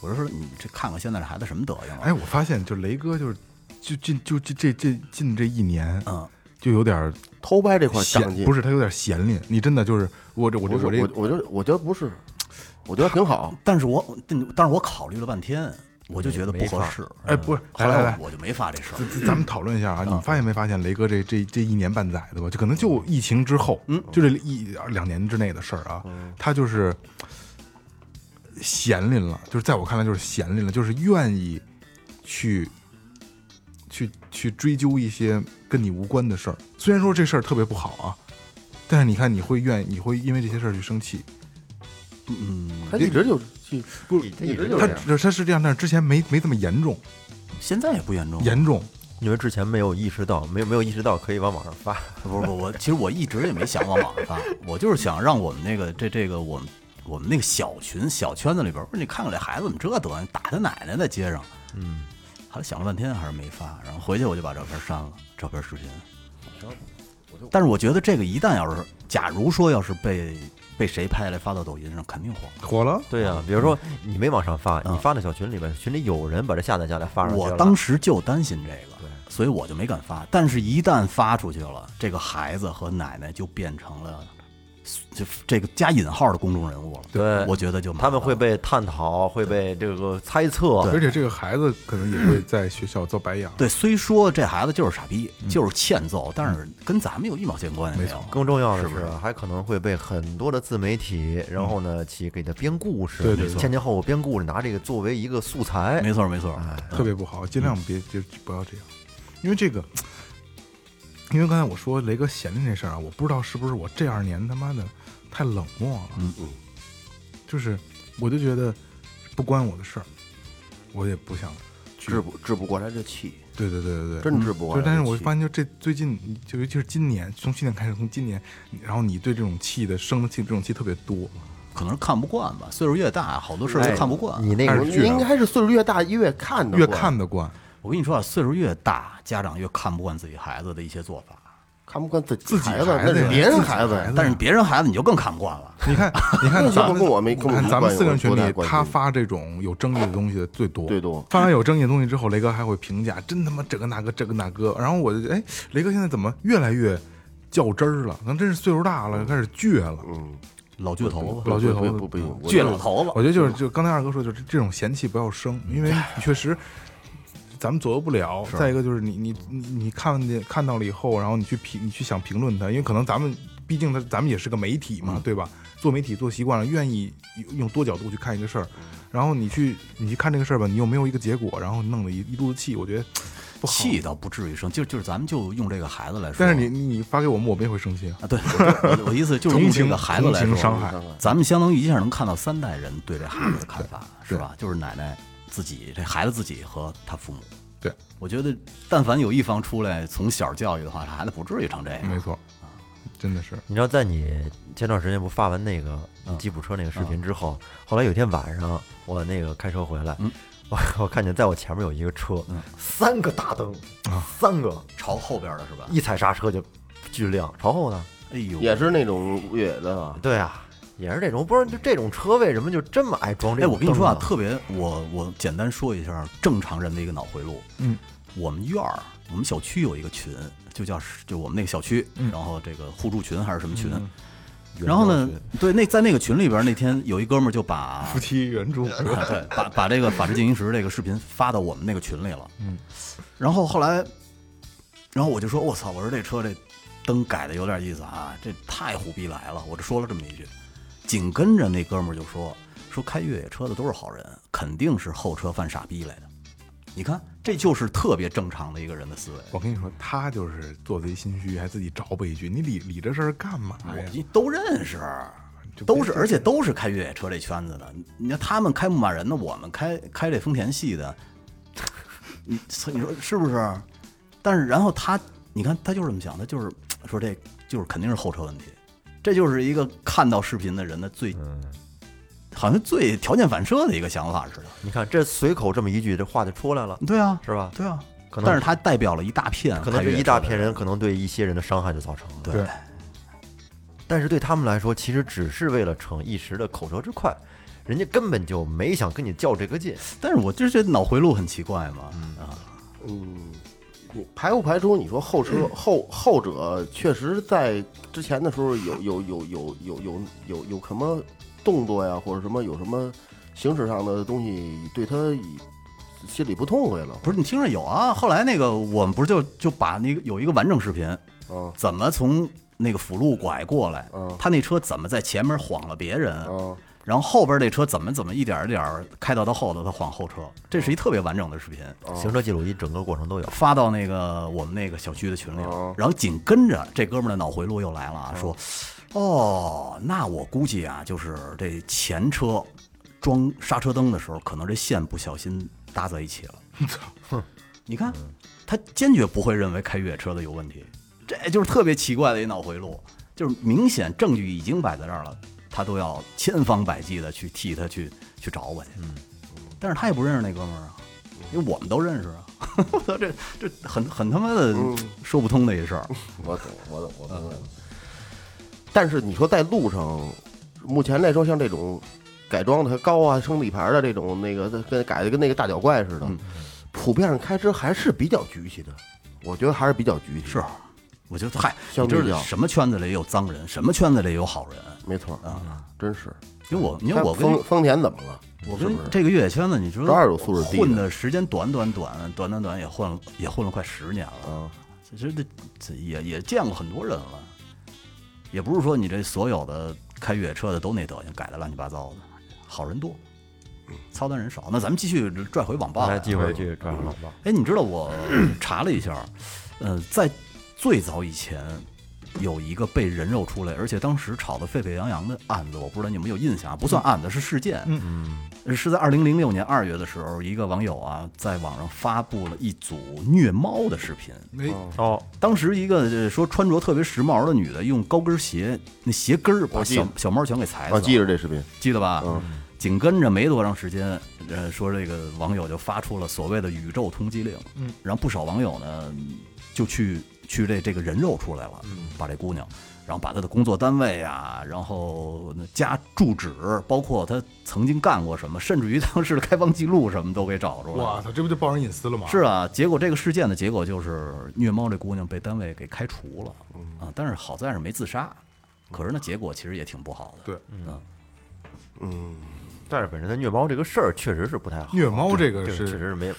我就说你这看看现在这孩子什么德行啊了。
哎，我发现就雷哥就是就近就这这这近这一年，
嗯，
就有点
偷拍这块长
闲，
进，
不
是
是他有点闲林，你真的就是我这我这
不是
我这
我我就我觉得不是，我觉得挺好。
但是我但是我考虑了半天，我就觉得不合适。
哎不是
后
来来
来
来
我就没发这事儿。
咱咱们讨论一下啊，你发现没发现雷哥这这这一年半载的吧，就可能就疫情之后，嗯，就这一两年之内的事儿啊，他就是闲林了，就是在我看来就是闲林了，就是愿意去去去追究一些跟你无关的事儿。虽然说这事儿特别不好啊，但是你看你会愿你会因为这些事儿去生气，
他一直就去，
不是，一直就
他
这样。
他是这样，但是之前没没这么严重，
现在也不严重。
严重
你们之前没有意识到，没有没有意识到可以往网上发，
不是不，我其实我一直也没想往 网上发，我就是想让我们那个这这个我们我们那个小群小圈子里边，不是你看看这孩子怎么这德行，打他奶奶在街上。嗯，后来想了半天还是没发，然后回去我就把照片删了，照片视频。但是我觉得这个一旦要是，假如说要是被被谁拍下来发到抖音上，肯定火。
火了。
对呀、比如说你没往上发，
嗯
你发到小群里边，群里有人把这下载下来发上去
我
了。
当时就担心这个，所以我就没敢发。但是，一旦发出去了，这个孩子和奶奶就变成了就这个加引号的公众人物了。
对
我觉得就麻
他
烦了
们会被探讨，会被这个猜测，
而且这个孩子可能也会在学校遭白眼儿，
对，虽说这孩子就是傻逼，
嗯
就是欠揍，但是跟咱们有一毛钱关系没有。
更重要的
是
是，
不是
还可能会被很多的自媒体，然后呢，去给他编故事，
对对对
前前后后编故事，拿这个作为一个素材。
没错，没错，
哎
特别不
嗯
好，尽量别就不要这样，因为这个，因为刚才我说雷哥闲着这事儿啊，我不知道是不是我这二年他妈的太冷漠了，嗯嗯，就是我就觉得不关我的事儿，我也不想去
治，不治不过来这气，
对对对对对，
真治不过
就
来这气。
但是我发现，就这最近，就尤其是今年，从去年开始，从今年，然后你对这种气的生的气，这种气特别多，
可能是看不惯吧。岁数越大，好多事儿就看不惯。
哎你那
但
个
是
你
剧啊
应该是岁数越大越看的
越看得惯，
我跟你说啊，岁数越大，家长越看不惯自己孩子的一些做法。
看不惯自
自己
孩子，
孩
那
子
是
呀
别
自
人
己
孩子
孩
呀
子。
但是别人孩子你就更看不惯了。
你 看，你看
那
咱们
跟我没跟我
你看
没
咱
关
们
系
四个人群
我多大
里，
关系
他发这种有争议的东西的最多，
最多
发完有争议的东西之后，雷哥还会评价，真他妈这个那个这个那个。然后我就觉得哎，雷哥现在怎么越来越较真儿了？可能真是岁数大了，开始倔了，
嗯，
老倔头
老
子，
倔
不
头
不不
子。
不，我
倔老头子。
我觉得就是就刚才二哥说，就是这种嫌弃不要生，因为你确实。咱们左右不了。再一个就是你你你你看见看到了以后，然后你去评你去想评论它，因为可能咱们毕竟他咱们也是个媒体
嗯
嘛，对吧？做媒体做习惯了，愿意用用多角度去看一个事儿，然后你去你去看这个事儿吧，你又没有一个结果，然后弄得一一肚子气，我觉得不好。
气倒不至于生，就就是咱们就用这个孩子来说。
但是你你发给我们，我们也会生气啊。
啊，对，我我的意思 就是用
同
这
情
个孩子
同
来
情
说
伤，害，
咱们相当于一下能看到三代人对这孩子的看法，
嗯
是吧？就是奶奶自己、这孩子自己和他父母。
对，
我觉得但凡有一方出来从小教育的话，这孩子不至于成这样。
没错，
啊
真的是。
你知道，在你前段时间不发完那个
嗯
你吉普车那个视频之后，后来有一天晚上，我那个开车回来，
嗯
我 我看见在我前面有一个车，三个大灯，
啊
三个
朝后边的是吧？
一踩刹车就巨亮，朝后呢？
哎呦，
也是那种越野的啊，
对啊，也是这种，不是就这种车为什么就这么爱装这
哎，
种？
我跟你说啊，，特别我我简单说一下正常人的一个脑回路。
嗯，
我们院儿，我们小区有一个群，就叫就我们那个小区，然后这个互助群还是什么群？嗯然后呢，对，那在那个群里边，那天有一哥们儿就把
夫妻原 著，
对，把把这个《法制进行时》这个视频发到我们那个群里了。嗯，然后后来，然后我就说：“我操！我说这车这灯改的有点意思啊，这太虎逼来了。”我就说了这么一句。紧跟着那哥们儿就说：“说开越野车的都是好人，肯定是后车犯傻逼来的。”你看，这就是特别正常的一个人的思维。
我跟你说，他就是做贼心虚，还自己找补一句：“你理理这事儿干嘛
哎
呀？”
我都认识，都是，而且都是开越野车这圈子的。你看他们开牧马人的，我们开开这丰田系的， 你你说是不是？但是然后他，你看他就是这么想，他就是说这就是肯定是后车问题，这就是一个看到视频的人的最，
嗯
好像最条件反射的一个想法似的。
你看这随口这么一句，这话就出来了，
对啊，
是吧？
对啊，
可能
但是他代表了一大片，
可能这一大片人，可能对一些人的伤害就造成了。
对
对，
但是对他们来说，其实只是为了逞一时的口舌之快，人家根本就没想跟你较这个劲。
但是我就是觉得脑回路很奇怪嘛，啊，
嗯，你排不排除你说后车后后者确实在之前的时候有有有有有有有有什么动作呀，或者什么有什么形式上的东西对他心里不痛快了？
不是你听着有啊，后来那个我们不是就就把那个有一个完整视频，
啊
怎么从那个辅路拐过来
嗯，
他那车怎么在前面晃了别人，
啊
然后后边那车怎么怎么一点儿一点儿开到他后头，他晃后车，这是一特别完整的视频，
啊
行车记录仪整个过程都有。
发到那个我们那个小区的群里
哦
了。然后紧跟着这哥们儿的脑回路又来了啊，说，哦，那我估计啊，就是这前车装刹车灯的时候，可能这线不小心搭在一起了。你看，他坚决不会认为开越野车的有问题，这就是特别奇怪的一脑回路，就是明显证据已经摆在这儿了，他都要千方百计的去替他去去找我去。但是他也不认识那哥们儿啊，因为我们都认识啊。 我操，这这很很他妈的
嗯
说不通的一事儿。
我懂，我懂，我懂。我懂但是你说在路上，目前来说，像这种改装的还高啊、升底盘的这种，那个跟改的跟那个大脚怪似
嗯
的，普遍上开车还是比较局气的。我觉得还是比较局气，
是，我觉得嗨，
相
你
对
知
较
道什么圈子里有脏人，什么圈子里有好人。
没错
啊，
真是。
因为我，因为我跟
丰丰田怎么了？
我
嗯是
跟
不是
这个越野圈子，你知道
多少有素质低的
混的时间短短短短短短也混了也混了快十年了，
啊？
其实这这也也见过很多人了，也不是说你这所有的开越野车的都那德行，改的乱七八糟的，好人多，
嗯
操蛋人少。那咱们继续拽回网吧
来，
来，
继续去转上老包。
哎，你知道我查了一下，呃，在最早以前有一个被人肉出来，而且当时吵得沸沸扬扬的案子，我不知道你们有印象啊，不算案子是事件，嗯是在二零零六年二月的时候，一个网友啊在网上发布了一组虐猫的视频。
哎，
哦，
当时一个呃说穿着特别时髦的女的，用高跟鞋那鞋跟儿把
我记得
小小猫全给踩死
我
了。
啊记着这视频，
记得吧？
嗯
紧跟着没多长时间，呃，说这个网友就发出了所谓的宇宙通缉令，嗯，然后不少网友呢就去去这这个人肉出来了，把这姑娘，然后把她的工作单位啊，然后那家住址，包括她曾经干过什么，甚至于当时的开房记录什么都给找出来
我
了。
操，这不就暴人隐私了吗？
是啊，结果这个事件的结果就是虐猫这姑娘被单位给开除了啊，但是好在是没自杀，可是呢结果其实也挺不好的。
对，
但是本身他虐猫这个事儿确实是不太好。
虐猫这个
对
是
确实是没有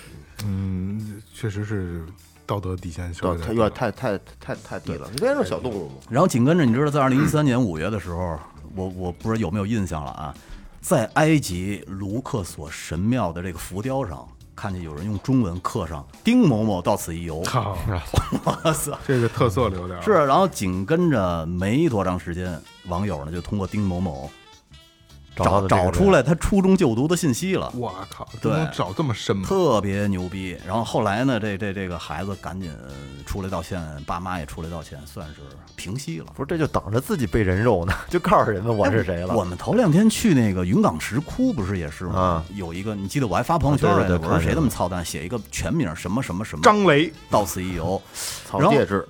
嗯，确实是道德底线稍微，
对哦太有点太太太太低了，别说小动物嘛，
然后紧跟着，你知道，在二零一三年五月的时候，我我不知道有没有印象了啊，在埃及卢克索神庙的这个浮雕上，看见有人用中文刻上“丁某某到此一 游
操，”，
哇塞！
这个特色留点儿
啊是，啊然后紧跟着没多长时间，网友呢就通过丁某某
到
找
的这个
找
人
出来他初中就读的信息了，
我靠，
对
能找这么深吗？
特别牛逼。然后后来呢，这这这个孩子赶紧出来道歉，爸妈也出来道歉，算是平息了。
不是，这就等着自己被人肉呢，就告诉人们
哎
我是谁了。
哎我们头两天去那个云冈石窟，不是也是吗？有一个，你记得我还发朋友圈
啊
来
对对
着，
对
我说
看见
谁
了
这么操蛋，写一个全名什么什么什么，
张雷
到此一游。
草
然后
戒指，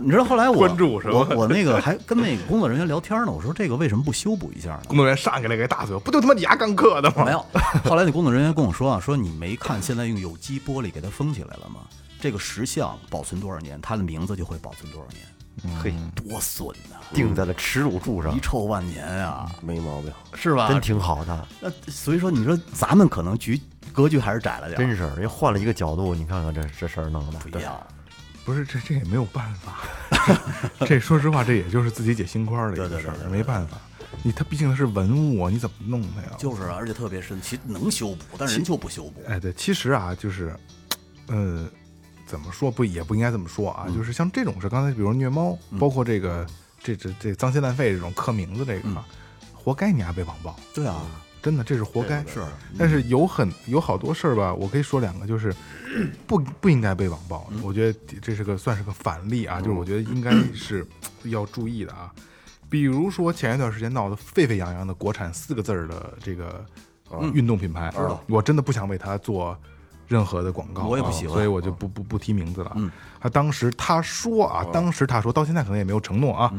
你知道后来我
关注是吧
我我那个还跟那个工作人员聊天呢，我说这个为什么不修补一下呢？
工作人员上给了个大嘴巴，不就他妈你丫刚刻的吗
没？有，后来那工作人员跟我说啊，说你没看现在用有机玻璃给它封起来了吗？这个石像保存多少年，它的名字就会保存多少年，
嘿，
嗯
多损呐、
钉在了耻辱柱上
遗，臭万年啊，
没毛病。
是吧？
真挺好的，
那所以说，你说咱们可能局格局还是窄了点儿，
真是。人换了一个角度，你看看这这事儿弄的，
不一样。
不是，这这也没有办 法。这说实话，这也就是自己解心宽儿的一
对
个
对
事
对
儿
对，对
没办法。你它毕竟是文物啊，你怎么弄它呀？
就是啊，而且特别深，其实能修补，但是人就不修补。
哎，对，其实啊，就是，呃，怎么说不也不应该这么说啊，就是像这种事，刚才比如虐猫，包括这个这这这脏钱烂费这种刻名字这个啊，活该你丫被网暴，
对啊，
真的这是活该。
是，
但是有很有好多事儿吧，我可以说两个，就是不不应该被网暴的，
嗯
我觉得这是个算是个反例啊，就是我觉得应该是要注意的啊。比如说前一段时间闹得沸沸扬扬的国产四个字儿的这个呃
嗯
运动品牌，我真的不想为它做任何的广告啊，
我也不喜欢嗯
所以我就不不不提名字了。他当时他说啊，当时他说到现在可能也没有承诺啊。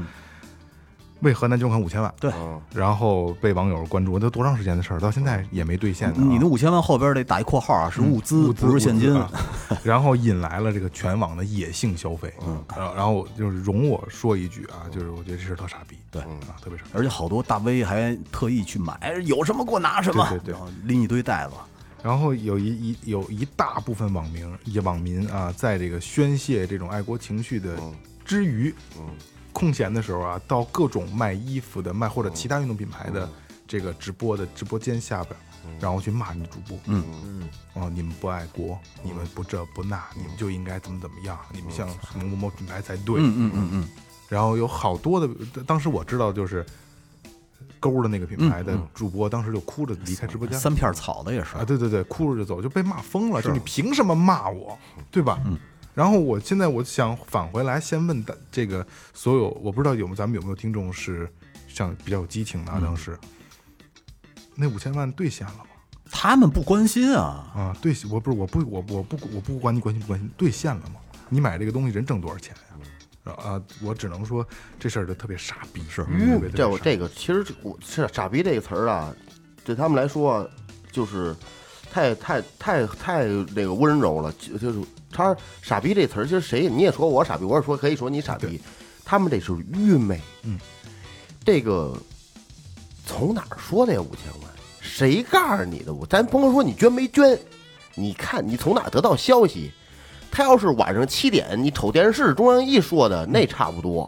为河南捐款五千万，
嗯对，
嗯，
然后被网友关注，都多长时间的事儿，到现在也没兑现呢啊。
嗯你那五千万后边得打一括号啊，是物资，
物资
不是现金。
物资 啊然后引来了这个全网的野性消费。嗯，然后就是容我说一句啊，就是我觉得这事儿特傻逼，
对
啊，特别傻逼。
而且好多大 V 还特意去买，哎有什么给我拿什么，
对对对
然后拎一堆袋子。
然后有一一有一大部分网民也网民啊，在这个宣泄这种爱国情绪的
嗯
之余，空闲的时候啊，到各种卖衣服的、卖或者其他运动品牌
嗯
的这个直播的直播间下边，然后去骂女主播，嗯嗯，哦，你们不爱国，你们不这不那，
嗯
你们就应该怎么怎么样，你们像某某某品牌才对，
嗯嗯嗯，
然后有好多的，当时我知道就是勾的那个
嗯
品牌的主播，当时就哭着离开直播间。
三片草的也是
啊，。对对对，哭着就走，就被骂疯了，就你凭什么骂我，对吧？嗯。然后我现在我想返回来，先问大这个所有，我不知道有没有咱们有没有听众是像比较有激情的、啊，当时、那五千万兑现了吗？
他们不关心啊，
啊，兑现我不是我不我我不我不管你关心不关心，兑现了吗？你买这个东西人挣多少钱呀、啊？我只能说这事儿就特别傻逼，是特别特别
嗯这我
傻
这个其实我是“傻逼”这个词儿啊，对他们来说就是太太太太那个温柔了，就就是他“傻逼”这词儿，其实谁你也说我傻逼，我也说可以说你傻逼，他们这是愚昧。嗯，这个从哪儿说的呀？五千万，谁告诉你的？我咱甭说你捐没捐，你看你从哪儿得到消息？他要是晚上七点，你瞅电视，中央一说的那差不多。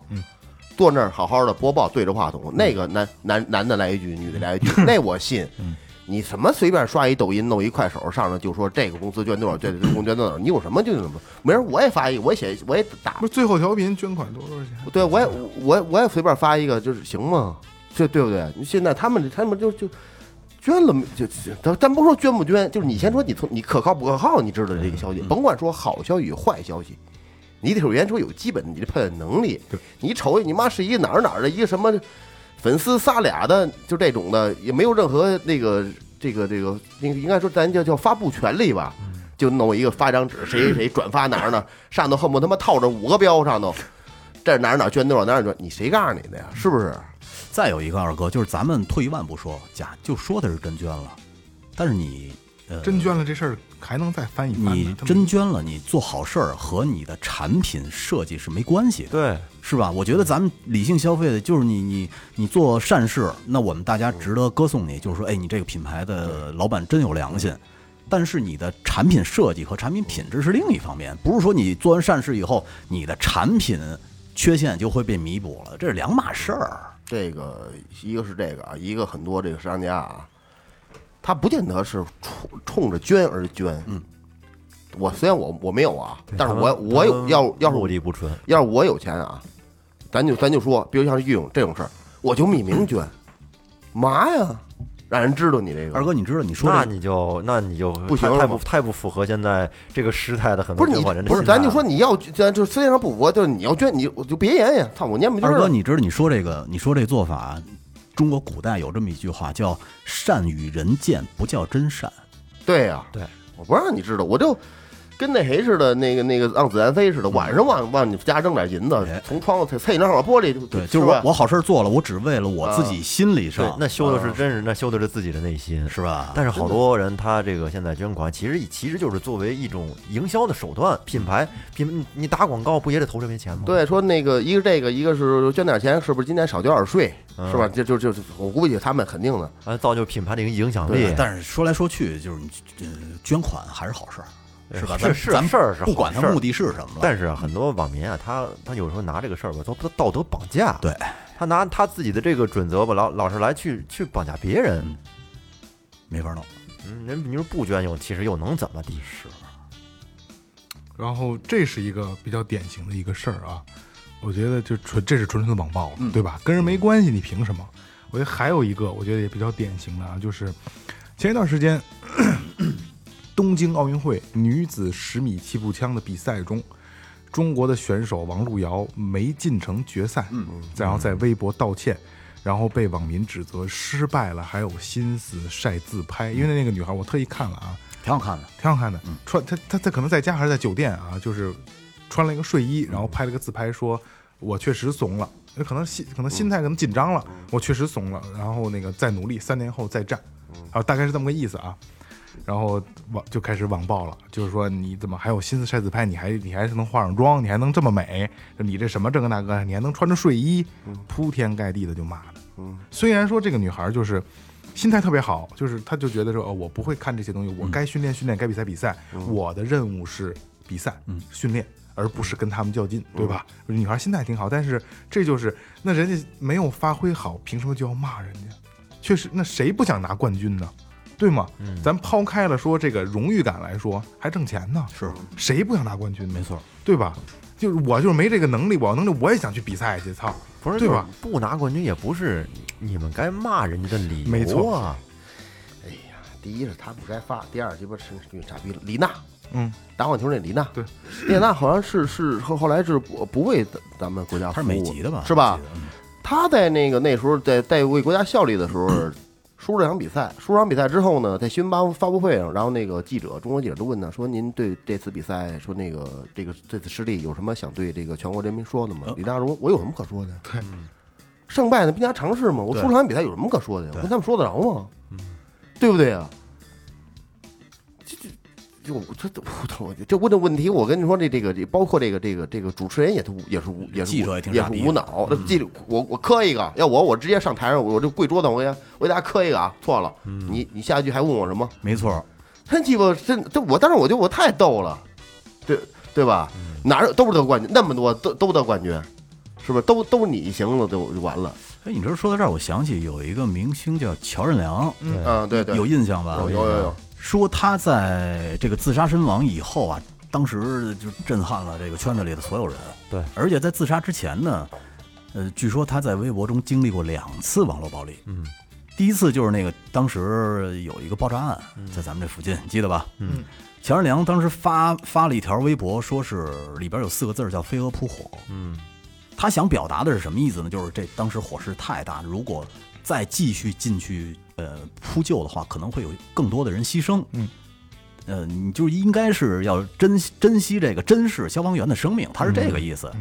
坐那儿好好的播报，对着话筒，那个男男男的来一句，女的来一句，那我信。 你什么随便刷一抖音，弄一快手，上来就说这个公司捐多少，这个公司捐多少，你有什么就什么。明儿我也发一，我也写，我也打
不是最后调频捐款多多少钱？嗯
对，我也我我也随便发一个，就是行吗？这对不对？现在他们他们就就捐了没，就就咱咱不说捐不捐，就是你先说你从你可靠不可靠，你知道这个消息，甭管说好消息与坏消息，你得首先说有基本的你的判断能力。你瞅你妈是一哪儿哪儿的一个什么粉丝仨俩的，就这种的，也没有任何那个这个这个，应应该说咱叫叫发布权利吧。就弄一个发张纸，谁谁谁转发哪儿呢？上头恨不得他妈套着五个标上头，这哪儿哪儿捐多少哪儿哪儿捐，你谁告诉你的呀？是不是？
再有一个二哥，就是咱们退一万步说，假就说他是真捐了，但是你呃，
真捐了这事儿还能再翻一翻呢？
你
他们
真捐了，你做好事儿和你的产品设计是没关系的，
对，
是吧？我觉得咱们理性消费的就是你你你做善事，那我们大家值得歌颂你，就是说，哎，你这个品牌的老板真有良心。但是你的产品设计和产品品质是另一方面，不是说你做完善事以后，你的产品缺陷就会被弥补了，这是两码事儿。
这个一个是这个啊，一个很多这个商家啊，他不见得是冲冲着捐而捐。嗯，我虽然我我没有啊，但是我我有要要是
目
我
的不纯，
要是我有钱啊，咱就咱就说，比如像这种这种事儿，我就匿名捐，嘛呀，让人知道你这个
二哥，你知道你说
那
这
你就那你就
不行了
太太
吗
不太不符合现在这个时代的很
不
多捐
是你
款人的
不是，
心态
咱就
了
说你要咱就非常不符合，就是你要捐你我就别言呀，操我念不进
二
儿
哥，
了。
你知道你说这个，你说这做法，中国古代有这么一句话叫“善与人见，不叫真善
对呀、
对，
我不让你知道，我就跟那谁似的，那个那个让子弹飞似的，晚上往往你们家扔点银子
哎，
从窗户踩你那块玻璃，”。
对，
是
就是我
吧
我好事儿做了，我只为了我自己心理
对
上，，
那修
嗯
的是真是那修的是自己的内心，
是吧？
但是好多人他这个现在捐款，其实其实就是作为一种营销的手段，品牌品你你打广告不也得投这些钱吗？，
嗯对，说那个一个这个，一个是捐点钱，是不是今年少交点税，
嗯
是吧？就就就我估计他们肯定的，
啊，造就品牌的一个影响力。
但是说来说去，就是你呃捐款还是好事儿，是吧？
是
咱
是
咱
事儿是
不
好
管它
事儿
目的是什么了，
但是啊，很多网民啊，他他有时候拿这个事儿吧，做做道德绑架，
对，
他拿他自己的这个准则吧，老老是来去去绑架别人。
没法弄。
嗯，人你说不捐又其实又能怎么地？是，
然后这是一个比较典型的一个事儿啊，我觉得就纯这是纯纯的网暴了，对吧？跟人没关系，你凭什么？我觉得还有一个，我觉得也比较典型的啊，就是前一段时间 咳咳东京奥运会女子十米气步枪的比赛中，中国的选手王璐瑶没进城决赛，嗯，然后在微博道歉。然后被网民指责失败了，还有心思晒自拍，因为那个女孩我特意看了啊，
挺好看的，
挺好看的。穿他他他可能在家还是在酒店啊，就是穿了一个睡衣，然后拍了个自拍说，我确实怂了，可能心可能心态可能紧张了，我确实怂了，然后那个再努力，三年后再战，啊，大概是这么个意思啊。然后网就开始网暴了，就是说你怎么还有心思晒自拍？你还你还是能化上妆，你还能这么美？你这什么这个那个？你还能穿着睡衣？铺天盖地的就骂她。虽然说这个女孩就是心态特别好，就是她就觉得说，哦，我不会看这些东西，我该训练训练，该比赛比赛，我的任务是比赛，训练。而不是跟他们较劲，对吧？女孩心态挺好，但是这就是那人家没有发挥好，凭什么就要骂人家？确实，那谁不想拿冠军呢？对吗？咱抛开了说这个荣誉感来说，还挣钱呢，是谁不想拿冠军？没错，对吧？就是我就是没这个能力，我要能力我也想去比赛去，操，
不是
对吧？？
不拿冠军也不是你们该骂人家的理由啊，
没错
第一是他不该发，第二鸡巴是女傻逼李娜，
嗯，
打网球那李娜，
对，
李娜好像是是后后来是不不为咱咱们国家
他是
服务
美籍的吧？
是吧
我？记得
他在那个那时候在在为国家效力的时候，输了场比赛，输了场比赛之后呢，在新闻发布发布会上，然后那个记者，中国记者都问他说：“您对这次比赛，说那个这个这次失利有什么想对这个全国人民说的吗？”李大荣，我有什么可说的？对，胜败呢兵家常事嘛，我输了场比赛有什么可说的呀？我跟他们说得着吗？
嗯
对不对啊？这这这这我我这问的问题，我跟你说，这这个这包括这个这个这个主持人也都也是无也是无
记者也挺
也
傻逼
是
的嗯
无脑，那记者我我磕一个，要我我直接上台上，我我这跪桌子，我给他我给大家磕一个啊，错了，
嗯
你你下一句还问我什么？
没错，
真鸡巴真这我，但是我觉得我太逗了，对对吧？
嗯
哪有都不得冠军，那么多都都得冠军，是不是？都都你行了就就完了，
哎，你这说到这儿，我想起有一个明星叫乔任梁，
对
嗯，对对，
有印象吧？
有有有有，
说他在这个自杀身亡以后啊，当时就震撼了这个圈子里的所有人。
对，
而且在自杀之前呢，呃，据说他在微博中经历过两次网络暴力。
嗯，
第一次就是那个当时有一个爆炸案在咱们这附近，你记得吧？
嗯，
乔任梁当时发发了一条微博，说是里边有四个字儿叫“飞蛾扑火”。
嗯，
他想表达的是什么意思呢？就是这当时火势太大，如果再继续进去呃扑救的话，可能会有更多的人牺牲。
嗯，
呃，你就应该是要珍惜珍惜这个珍视消防员的生命，他是这个意思。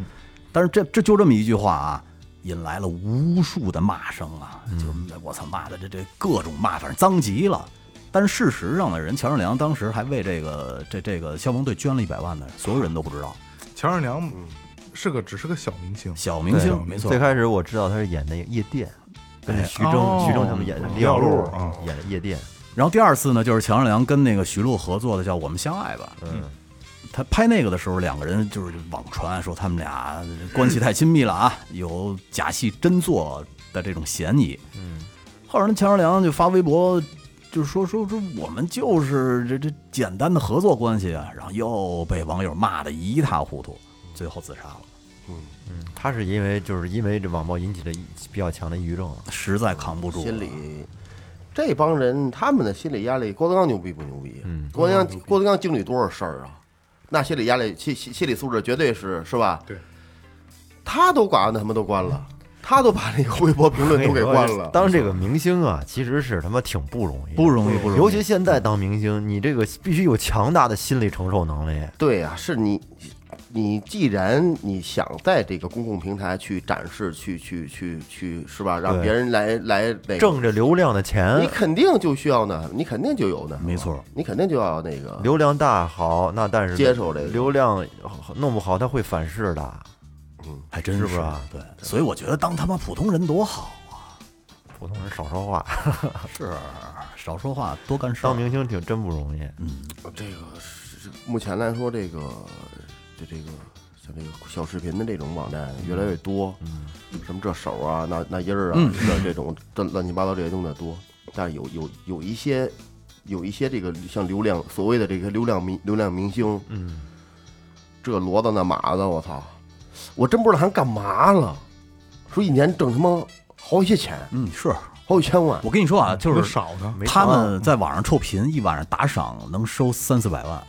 但是这这就这么一句话啊，引来了无数的骂声啊，就是我操骂的这这各种骂，反正脏极了。但是事实上呢，人乔任梁当时还为这个这这个消防队捐了一百万呢，所有人都不知道。
乔任梁是个只是个小明星，
小明星
对
没错
最，开始我知道他是演那个夜店，跟那徐峥、
哦
徐峥他们演的
嗯
李小璐
李小璐嗯
演的夜店，
然后第二次呢，就是乔任梁跟那个徐璐合作的叫《我们相爱吧》。
嗯，
他拍那个的时候，两个人就是网传说他们俩关系太亲密了啊，
嗯
有假戏真做的这种嫌疑。嗯，后来呢，乔任梁就发微博，就是说说说我们就是这这简单的合作关系啊，然后又被网友骂得一塌糊涂，最后自杀了，
他是因为就是因为这网暴引起的比较强的抑郁症啊，
实在扛不住了。
心里。这帮人他们的心理压力，郭德纲牛逼不牛逼？郭德纲郭德纲经历多少事儿啊？那心理压力、心心心理素质绝对是是吧？
对，
他都把那他们都关了，他都把那个微博评论都给关了。
当哎这个明星啊，其实是他妈挺不容易，
不容易，不容易。
尤其现在当明星，你这个必须有强大的心理承受能力。
对呀、是你，你既然你想在这个公共平台去展示，去去去去，是吧？让
对
别人来来那个，
挣着流量的
你
钱，
肯定就需要呢，你肯定就有呢，
没错，
你肯定就要那个。
流量大好，那但是
接受这个
流量弄不好，他会反噬的。
还真
是不是啊
对，所以我觉得当他妈普通人多好啊！
普通人少说话，
是，少说话，多干事儿
当。明星挺真不容易。
呃这个是目前来说，这个就这个像这个小视频的这种网站越来越多，什么这手啊、那那音儿啊，这这种这乱七八糟这些东西的多，但是有有有一些有一些这个像流量所谓的这个流量明流量明星，嗯，这骡子那马子，我操，我真不知道他干嘛了，说一年挣他妈好些钱，
嗯，是
好几千万，
我跟你说啊，就
有
是
少呢，
他
啊
们在网上臭贫，一晚上打赏能收三四百万，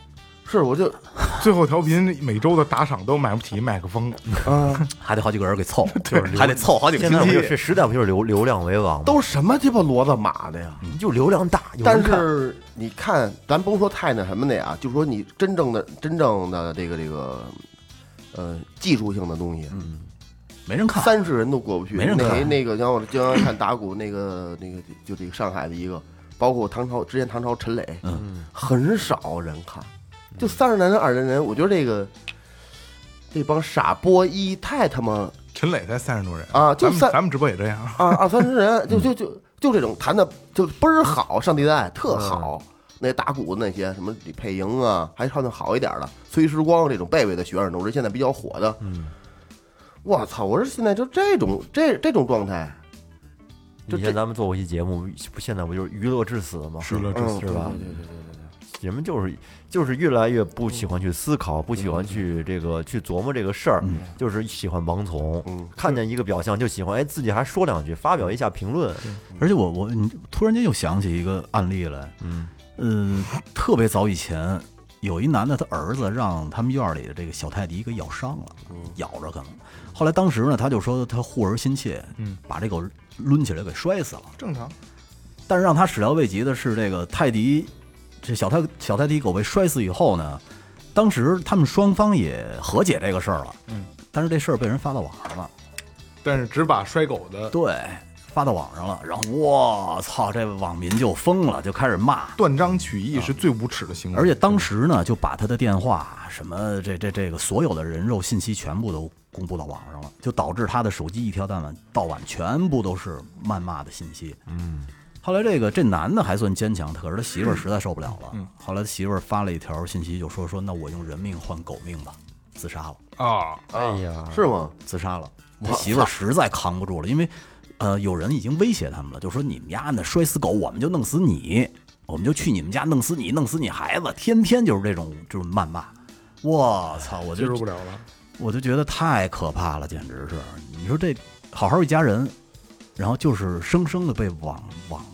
是我就
最后调频每周的打赏都买不起麦克风，
啊。
还得好几个人 给凑，就是还得凑好几个
现在
星
不就
期。
是时代不就是流流量为王吗？
都什么鸡巴骡子马的呀？
就流量大，有
但
人看
是你看，咱甭说太那什么的呀，就说你真正的、真正的这个这个，呃，技术性的东西，
没人看。
三十人都过不去。
嗯没人
那
看
那个，然后我经常看打鼓那个那个，就这个上海的一个，包括唐朝之前唐朝陈磊，
嗯，
很少人看，就三十来人、二十来人，我觉得这个这帮傻波一太他妈
陈磊才三十多人
啊就
咱们
三
咱们直播也这样，
啊二二三十人，就就就就这种弹的就倍儿好，上地带
嗯
特好。那打鼓那些什么李佩莹啊，还唱的好一点的，崔时光这种贝贝的学生都是现在比较火的。嗯，我操！我说现在就这种这这种状态，就
以前咱们做过一期节目，不现在不就是娱乐至死吗？
娱乐至
嗯，
死
对
是吧
对对对对
人们就是就是越来越不喜欢去思考，不喜欢去这个去琢磨这个事儿，就是喜欢盲从。
嗯
看见一个表象就喜欢，哎，自己还说两句，发表一下评论。
而且我我你突然间又想起一个案例来，
嗯
嗯，特别早以前，有一男的，他儿子让他们院儿里的这个小泰迪给咬伤了，
嗯
咬着可能。后来当时呢，他就说他护儿心切，
嗯，
把这狗抡起来给摔死了。
正常。
但是让他始料未及的是，这个泰迪，这小泰小泰迪狗被摔死以后呢，当时他们双方也和解这个事儿了，
嗯，
但是这事儿被人发到网上了，
但是只把摔狗的
对，发到网上了，然后我操，这网民就疯了，就开始骂，
断章取义是最无耻的行为，
而且当时呢，就把他的电话什么这这这个所有的人肉信息全部都公布到网上了，就导致他的手机一条到晚到晚全部都是谩骂的信息。嗯，后来这个这男的还算坚强，可是他媳妇儿实在受不了了。嗯，后来他媳妇儿发了一条信息，就说说那我用人命换狗命吧，自杀了，
啊，
哎呀，
对，是吗？
自杀了。他媳妇儿实在扛不住了，因为呃有人已经威胁他们了，就说你们家那摔死狗，我们就弄死你。我们就去你们家弄死你，弄死你孩子，天天就是这种就是谩骂。我操！我
接
就
受不了了。
我就觉得太可怕了，简直是！你说这好好一家人，然后就是生生的被网网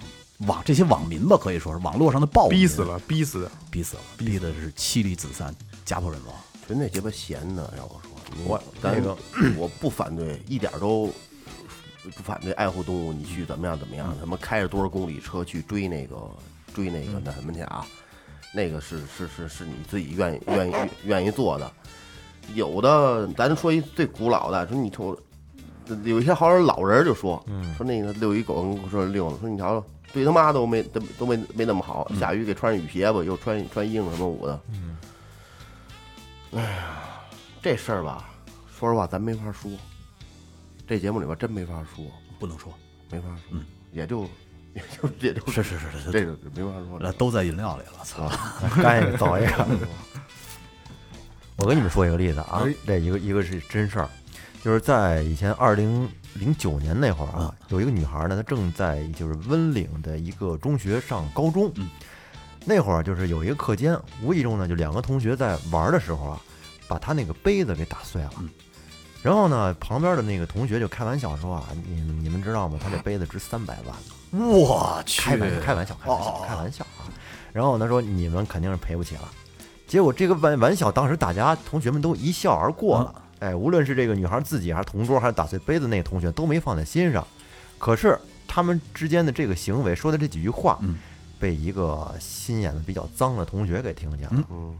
网这些网民吧，可以说是网络上的暴民
逼死，了，逼死的，
逼死了，逼的是妻离子散，家破人亡。
纯粹鸡巴闲的，让我说，你
我
咱
那个
我不反对，一点都不反对爱护动物，你去怎么样怎么
嗯
样，什么开着多少公里车去追那个追那
嗯
个那什么去啊？那个是是是是你自己愿意愿意愿意做的。有的，咱说一最古老的，说你瞅，有一些好像老人就说，
嗯
说那个遛一狗跟我说遛呢，说你瞧瞧，对他妈都没都都没没那么好，
嗯
下雨给穿上雨鞋吧，又穿穿衣裳什么捂的。哎呀，这事儿吧，说实话咱没法说，这节目里边真没法说，
不能说，
没法说，也就也就也就是
是是是
这
是，
个没法说
那
了。啊
都在饮料里了。操！
该走一个。我跟你们说一个例子啊
哎，
这一个一个是真事儿，就是在以前二零零九年那会儿啊，有一个女孩呢，她正在就是温岭的一个中学上高中，那会儿就是有一个课间，无意中呢就两个同学在玩的时候啊，把她那个杯子给打碎了。然后呢，旁边的那个同学就开玩笑说啊，你你们知道吗？她这杯子值三百万呢。
我
开
去，
玩笑，开玩笑，开玩
哦哦
笑
哦，
开玩笑啊！然后他说你们肯定是赔不起了。结果这个玩玩笑，当时大家同学们都一笑而过
嗯
了。哎，无论是这个女孩自己，还是同桌，还是打碎杯子那个同学，都没放在心上。可是他们之间的这个行为，说的这几句话，
嗯
被一个心眼子比较脏的同学给听见了。
嗯
嗯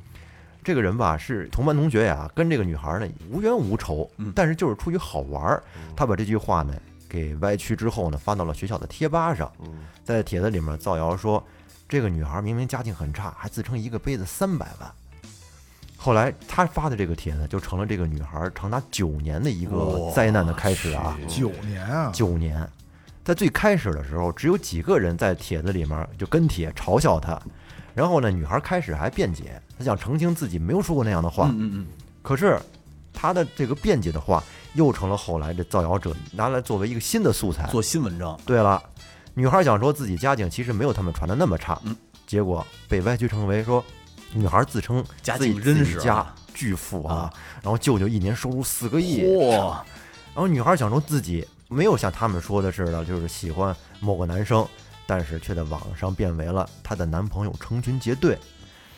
这个人吧是同班同学呀，跟这个女孩呢无冤无仇
嗯，
但是就是出于好玩儿，他把这句话呢给歪曲之后呢，发到了学校的贴吧上，
嗯
在帖子里面造谣说这个女孩明明家境很差，还自称一个杯子三百万。后来他发的这个帖子就成了这个女孩长达九年的一个
哇
灾难的开始啊！
九年啊，
九年，在最开始的时候，只有几个人在帖子里面就跟帖嘲笑他，然后呢，女孩开始还辩解，她想澄清自己没有说过那样的话，
嗯嗯
可是她的这个辩解的话又成了后来这造谣者拿来作为一个新的素材
嗯，。做新文章，
对了，女孩想说自己家境其实没有他们传的那么
嗯
差，结果被歪曲成为说女孩自称
家
自己
境真
自己
是啊
家巨富啊
啊，
然后舅舅一年收入四个亿，
哇，
然后女孩想说自己没有像他们说的似的，就是喜欢某个男生，但是却在网上变为了她的男朋友成群结队。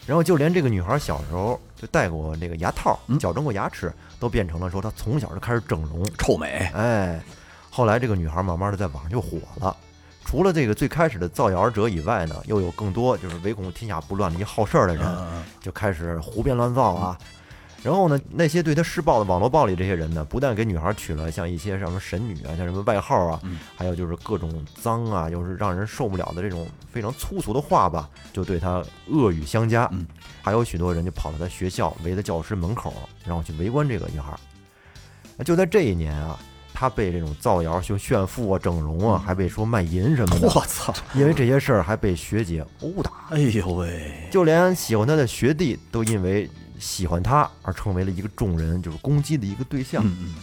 然后就连这个女孩小时候就戴过那个牙套，矫正过牙齿，都变成了说她从小就开始整容。
臭美，
哎，后来这个女孩慢慢的在网上就火了。除了这个最开始的造谣者以外呢，又有更多就是唯恐天下不乱的一好事儿的人，就开始胡编乱造啊。然后呢，那些对他施暴的网络暴力这些人呢，不但给女孩取了像一些什么神女啊，像什么外号啊，还有就是各种脏啊，又是让人受不了的这种非常粗俗的话吧，就对他恶语相加。
嗯
还有许多人就跑到他学校，围在教师门口，然后去围观这个女孩。就在这一年啊，他被这种造谣、就炫富啊、整容啊，还被说卖淫什么
我
的，
操！
因为这些事儿还被学姐殴打。
哎呦喂，
就连喜欢他的学弟都因为喜欢他而成为了一个众人就是攻击的一个对象。
嗯嗯，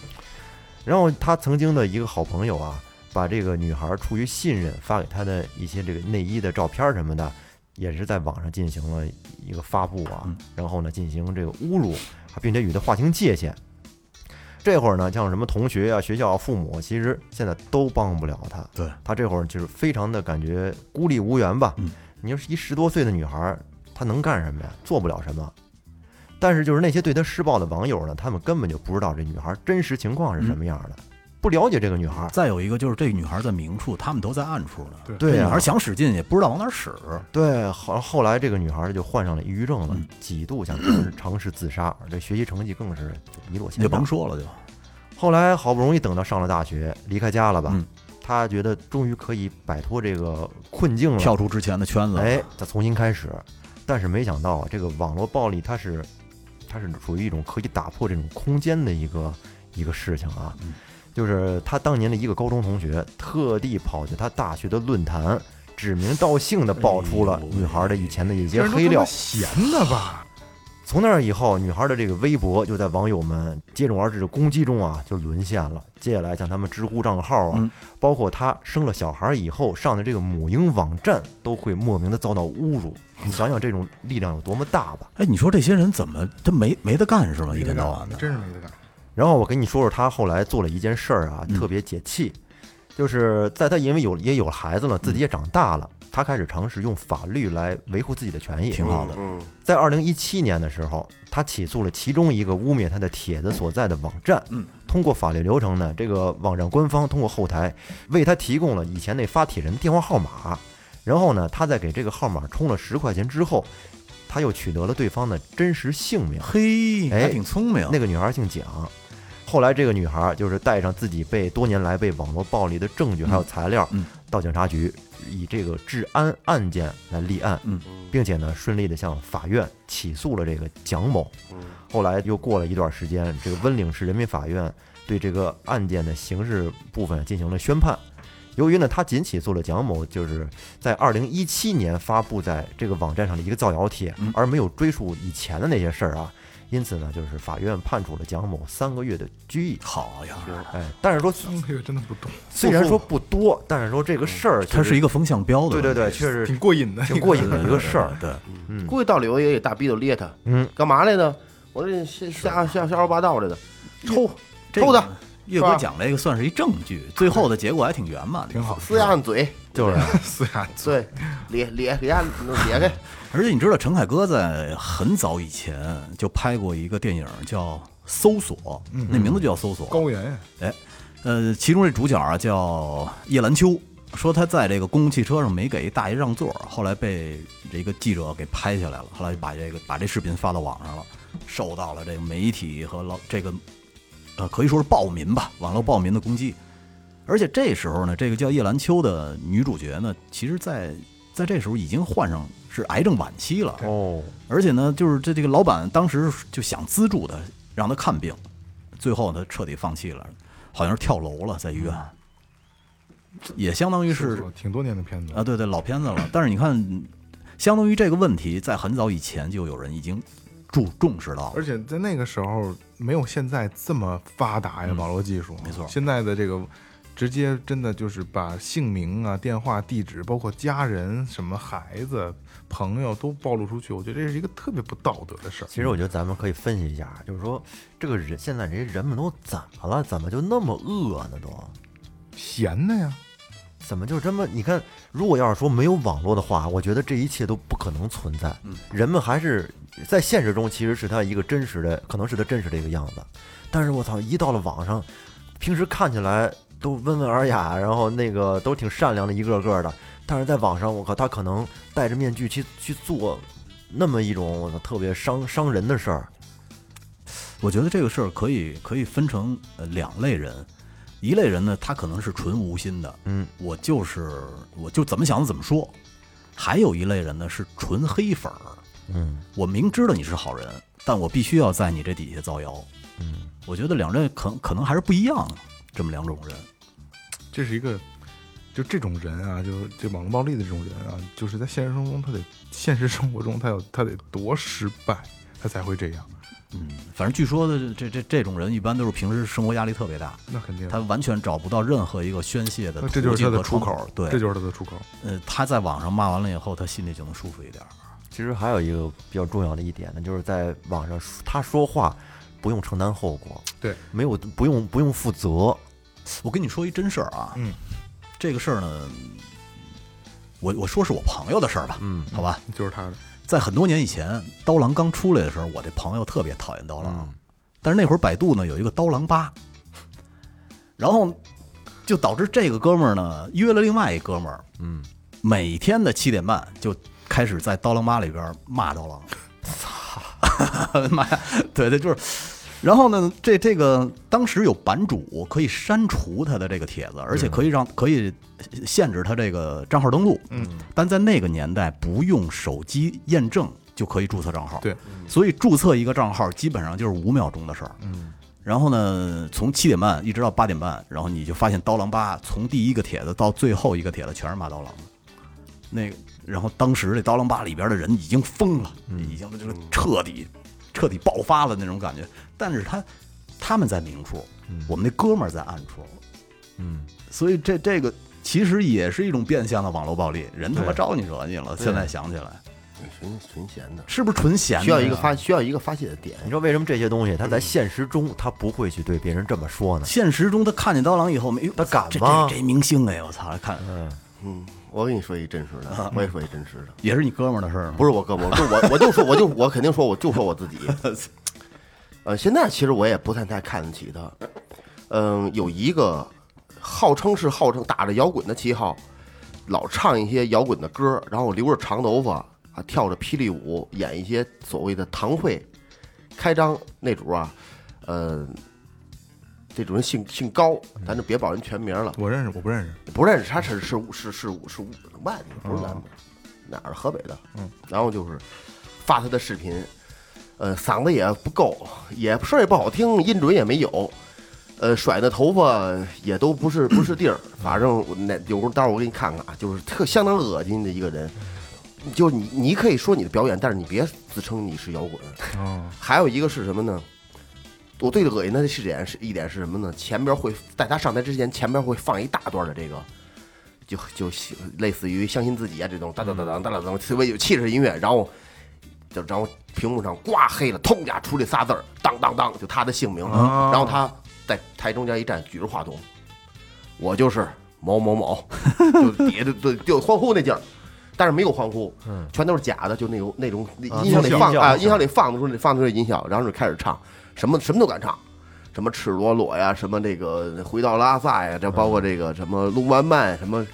然后他曾经的一个好朋友啊，把这个女孩出于信任发给他的一些这个内衣的照片什么的，也是在网上进行了一个发布啊
嗯，
然后呢进行这个侮辱，并且与他划清界限。这会儿呢，像什么同学啊、学校啊、父母，其实现在都帮不了他。
对
他这会儿就是非常的感觉孤立无援吧。
嗯
你说是一十多岁的女孩儿，她能干什么呀？做不了什么。但是就是那些对她施暴的网友呢，他们根本就不知道这女孩儿真实情况是什么
嗯
样的，不了解这个女孩儿。
再有一个就是这女孩在明处，他们都在暗处呢。
对
对
这
呀、
女孩想使劲也不知道往哪儿使。
对，啊后后来这个女孩儿就患上了抑郁症了
嗯，
几度想尝试尝试自杀，这学习成绩更是就一落
你
千
就
丈
甭。说了，就
后来好不容易等到上了大学，离开家了吧，
嗯
她觉得终于可以摆脱这个困境了，
跳出之前的圈子。
嗯哎，再重新开始。但是没想到啊，这个网络暴力它是它是属于一种可以打破这种空间的一个一个事情啊。
嗯
就是他当年的一个高中同学，特地跑去他大学的论坛，指名道姓的爆出了
哎呦喂
女孩的以前的一
这
些
人都
黑
他妈
料。
闲的吧？
从那儿以后，女孩的这个微博就在网友们接踵而至的攻击中啊，就沦陷了。接下来像他们知乎账号啊，
嗯
包括她生了小孩以后上的这个母婴网站，都会莫名的遭到侮辱。你想想这种力量有多么大吧？
哎，你说这些人怎么他没没得干是吗？
没
一
得
天到晚
干，
的。
真是没得干。
然后我跟你说说她后来做了一件事儿啊，
嗯
特别解气，就是在她因为有也有了孩子了，自己也长大了，她开始尝试用法律来维护自己的权益。
挺好的
嗯，
在二零一七年的时候，他起诉了其中一个污蔑他的帖子所在的网站。
嗯，
通过法律流程呢，这个网站官方通过后台为他提供了以前那发帖人的电话号码，然后呢，他在给这个号码充了十块钱之后，他又取得了对方的真实姓名。
嘿，
哎
还挺聪明。
那个女孩姓蒋。后来这个女孩就是带上自己被多年来被网络暴力的证据还有材料，
嗯
到警察局以这个治安案件来立案，
嗯
并且呢顺利的向法院起诉了这个蒋某。
嗯
后来又过了一段时间，这个温岭市人民法院对这个案件的刑事部分进行了宣判。由于呢，他仅起诉了蒋某，就是在二零一七年发布在这个网站上的一个造谣帖，
嗯
而没有追溯以前的那些事儿啊。因此呢，就是法院判处了蒋某三个月的拘役。
好呀，
哎，但是说
三个月真的不懂，
虽然说不多，但是说这个事儿确实，
它是一个风向标
对
的问
对
题。
对，确实
挺过瘾的。
挺过瘾的一个事儿。
对，
估计到里头也给大逼头猎他，
嗯，
干嘛来呢？我这瞎瞎瞎瞎说八道来的，抽
这
抽他
个，岳
是
哥
吧
讲这个算是一证据，最后的结果还挺圆满的，
挺 好
撕下按嘴，
就是
撕下
对，咧咧给他咧开，
而且你知道，陈凯歌在很早以前就拍过一个电影叫《搜索》，那名字就叫《搜索》。
高原，
哎，呃，其中这主角啊叫叶兰秋，说他在这个公共汽车上没给大爷让座，后来被这个记者给拍下来了，后来把这个把这视频发到网上了，受到了这个媒体和老这个呃可以说是暴民吧，网络暴民的攻击。而且这时候呢，这个叫叶兰秋的女主角呢，其实在在这时候已经患上是癌症晚期了，
哦，
而且呢，就是这这个老板当时就想资助他，让他看病，最后他彻底放弃了，好像是跳楼了，在医院，也相当于是
挺多年的片子
啊，，对对，老片子了。但是你看，相当于这个问题在很早以前就有人已经注重视到了
而，且在那个时候没有现在这么发达呀，网络技术。
嗯没错
现在的这个直接真的就是把姓名啊、电话、地址，包括家人、什么孩子、朋友都暴露出去，我觉得这是一个特别不道德的事儿。
其实我觉得咱们可以分析一下，就是说这个人现在这些人们都怎么了？怎么就那么饿呢？都
闲的呀，
怎么就这么？你看，如果要是说没有网络的话，我觉得这一切都不可能存在。人们还是在现实中其实是他一个真实的，可能是他真实的一个样子。但是我操，一到了网上，平时看起来都温文尔雅，然后那个都挺善良的，一个个的。但是在网上，我靠，他可能戴着面具去去做那么一种我操特别伤伤人的事儿。
我觉得这个事儿可以可以分成呃两类人，一类人呢，他可能是纯无心的，
嗯，
我就是我就怎么想怎么说；还有一类人呢是纯黑粉儿，
嗯，
我明知道你是好人，但我必须要在你这底下造谣。
嗯，
我觉得两类可可能还是不一样，这么两种人。
这是一个，就这种人啊，就是这网络暴力的这种人啊，就是在现实生活中他得，现实生活中他有他得多失败，他才会这样。
嗯，反正据说的这这这种人一般都是平时生活压力特别大，
那肯定，
他完全找不到任何一个宣泄的
那
途
这就是
径
他的
和
出
窗
口
口，。对，
这就是他的出口。
呃，他在网上骂完了以后，他心里就能舒服一点儿。
其实还有一个比较重要的一点呢，就是在网上说他说话不用承担后果，
对，
没有不用不用负责，
我跟你说一真事儿啊，
嗯，
这个事儿呢，我我说是我朋友的事儿吧，嗯，好吧，
就是他的，
在很多年以前，刀郎刚出来的时候，我这朋友特别讨厌刀
嗯
郎，但是那会儿百度呢有一个刀郎吧， 然后就导致这个哥们儿呢约了另外一哥们儿，嗯，每天的七点半就开始在刀郎吧里边骂刀郎， 操，妈呀，对对，就是。然后呢，这这个当时有版主可以删除他的这个帖子，而且可以让可以限制他这个账号登录。嗯，但在那个年代，不用手机验证就可以注册账号。
对，
所以注册一个账号基本上就是五秒钟的事儿。嗯。然后呢，从七点半一直到八点半，然后你就发现刀郎吧从第一个帖子到最后一个帖子全是骂刀郎的。那个，然后当时这刀郎吧里边的人已经疯了，
嗯
已经就是彻底彻底爆发了那种感觉。但是他他们在明处，
嗯
我们那哥们儿在暗处，嗯，所以这这个其实也是一种变相的网络暴力，人他妈招你惹你了。现在想起来，
纯纯闲的，
是不是纯闲的呀？
需要一个发需要一个发泄的点
你。知道为什么这些东西他在现实中他不会去对别人这么说呢？
现实中他看见刀郎以后没有，
他敢
这
吗
这这明星哎，我操！看
嗯，我跟你说一真实的，我也说一真实的，
也是你哥们儿的事儿吗？
不是我哥们儿，我就我我就说我就我肯定说我就说我自己。呃，现在其实我也不太太看得起他。嗯，有一个号称是号称打着摇滚的旗号，老唱一些摇滚的歌，然后留着长头发啊，跳着霹雳舞，演一些所谓的堂会开张那主啊，呃，这主人姓姓高，咱就别报人全名了，
我认识，我不认识。
不认识他是是是是是外地的，不是咱们的，哪儿河北的，嗯，然后就是发他的视频，呃，嗓子也不够，也声儿也不好听，音准也没有，呃，甩的头发也都不是不是地儿，反正我那有时候待会儿我给你看看啊，就是特相当恶心的一个人，就是你你可以说你的表演，但是你别自称你是摇滚，
哦，
还有一个是什么呢？我最恶心的是点是一点是什么呢？前边会在他上台之前，前边会放一大段的这个，就就类似于相信自己啊这种哒哒哒哒哒哒哒，特别有气势的音乐，然后就然后屏幕上呱黑了，通家出这仨字儿，当当当，就他的姓名，
哦
然后他在台中间一站，举着话筒，我就是某某某，就底下就就就欢呼那劲儿。但是没有欢呼，全都是假的，就那种那种那
啊
音响里
音
放
效
啊，音响里放的时候，你放的时候音效，然后就开始唱，什么什么都敢唱，什么赤裸裸呀，什么这个回到拉萨呀，这包括这个什么路漫漫，什么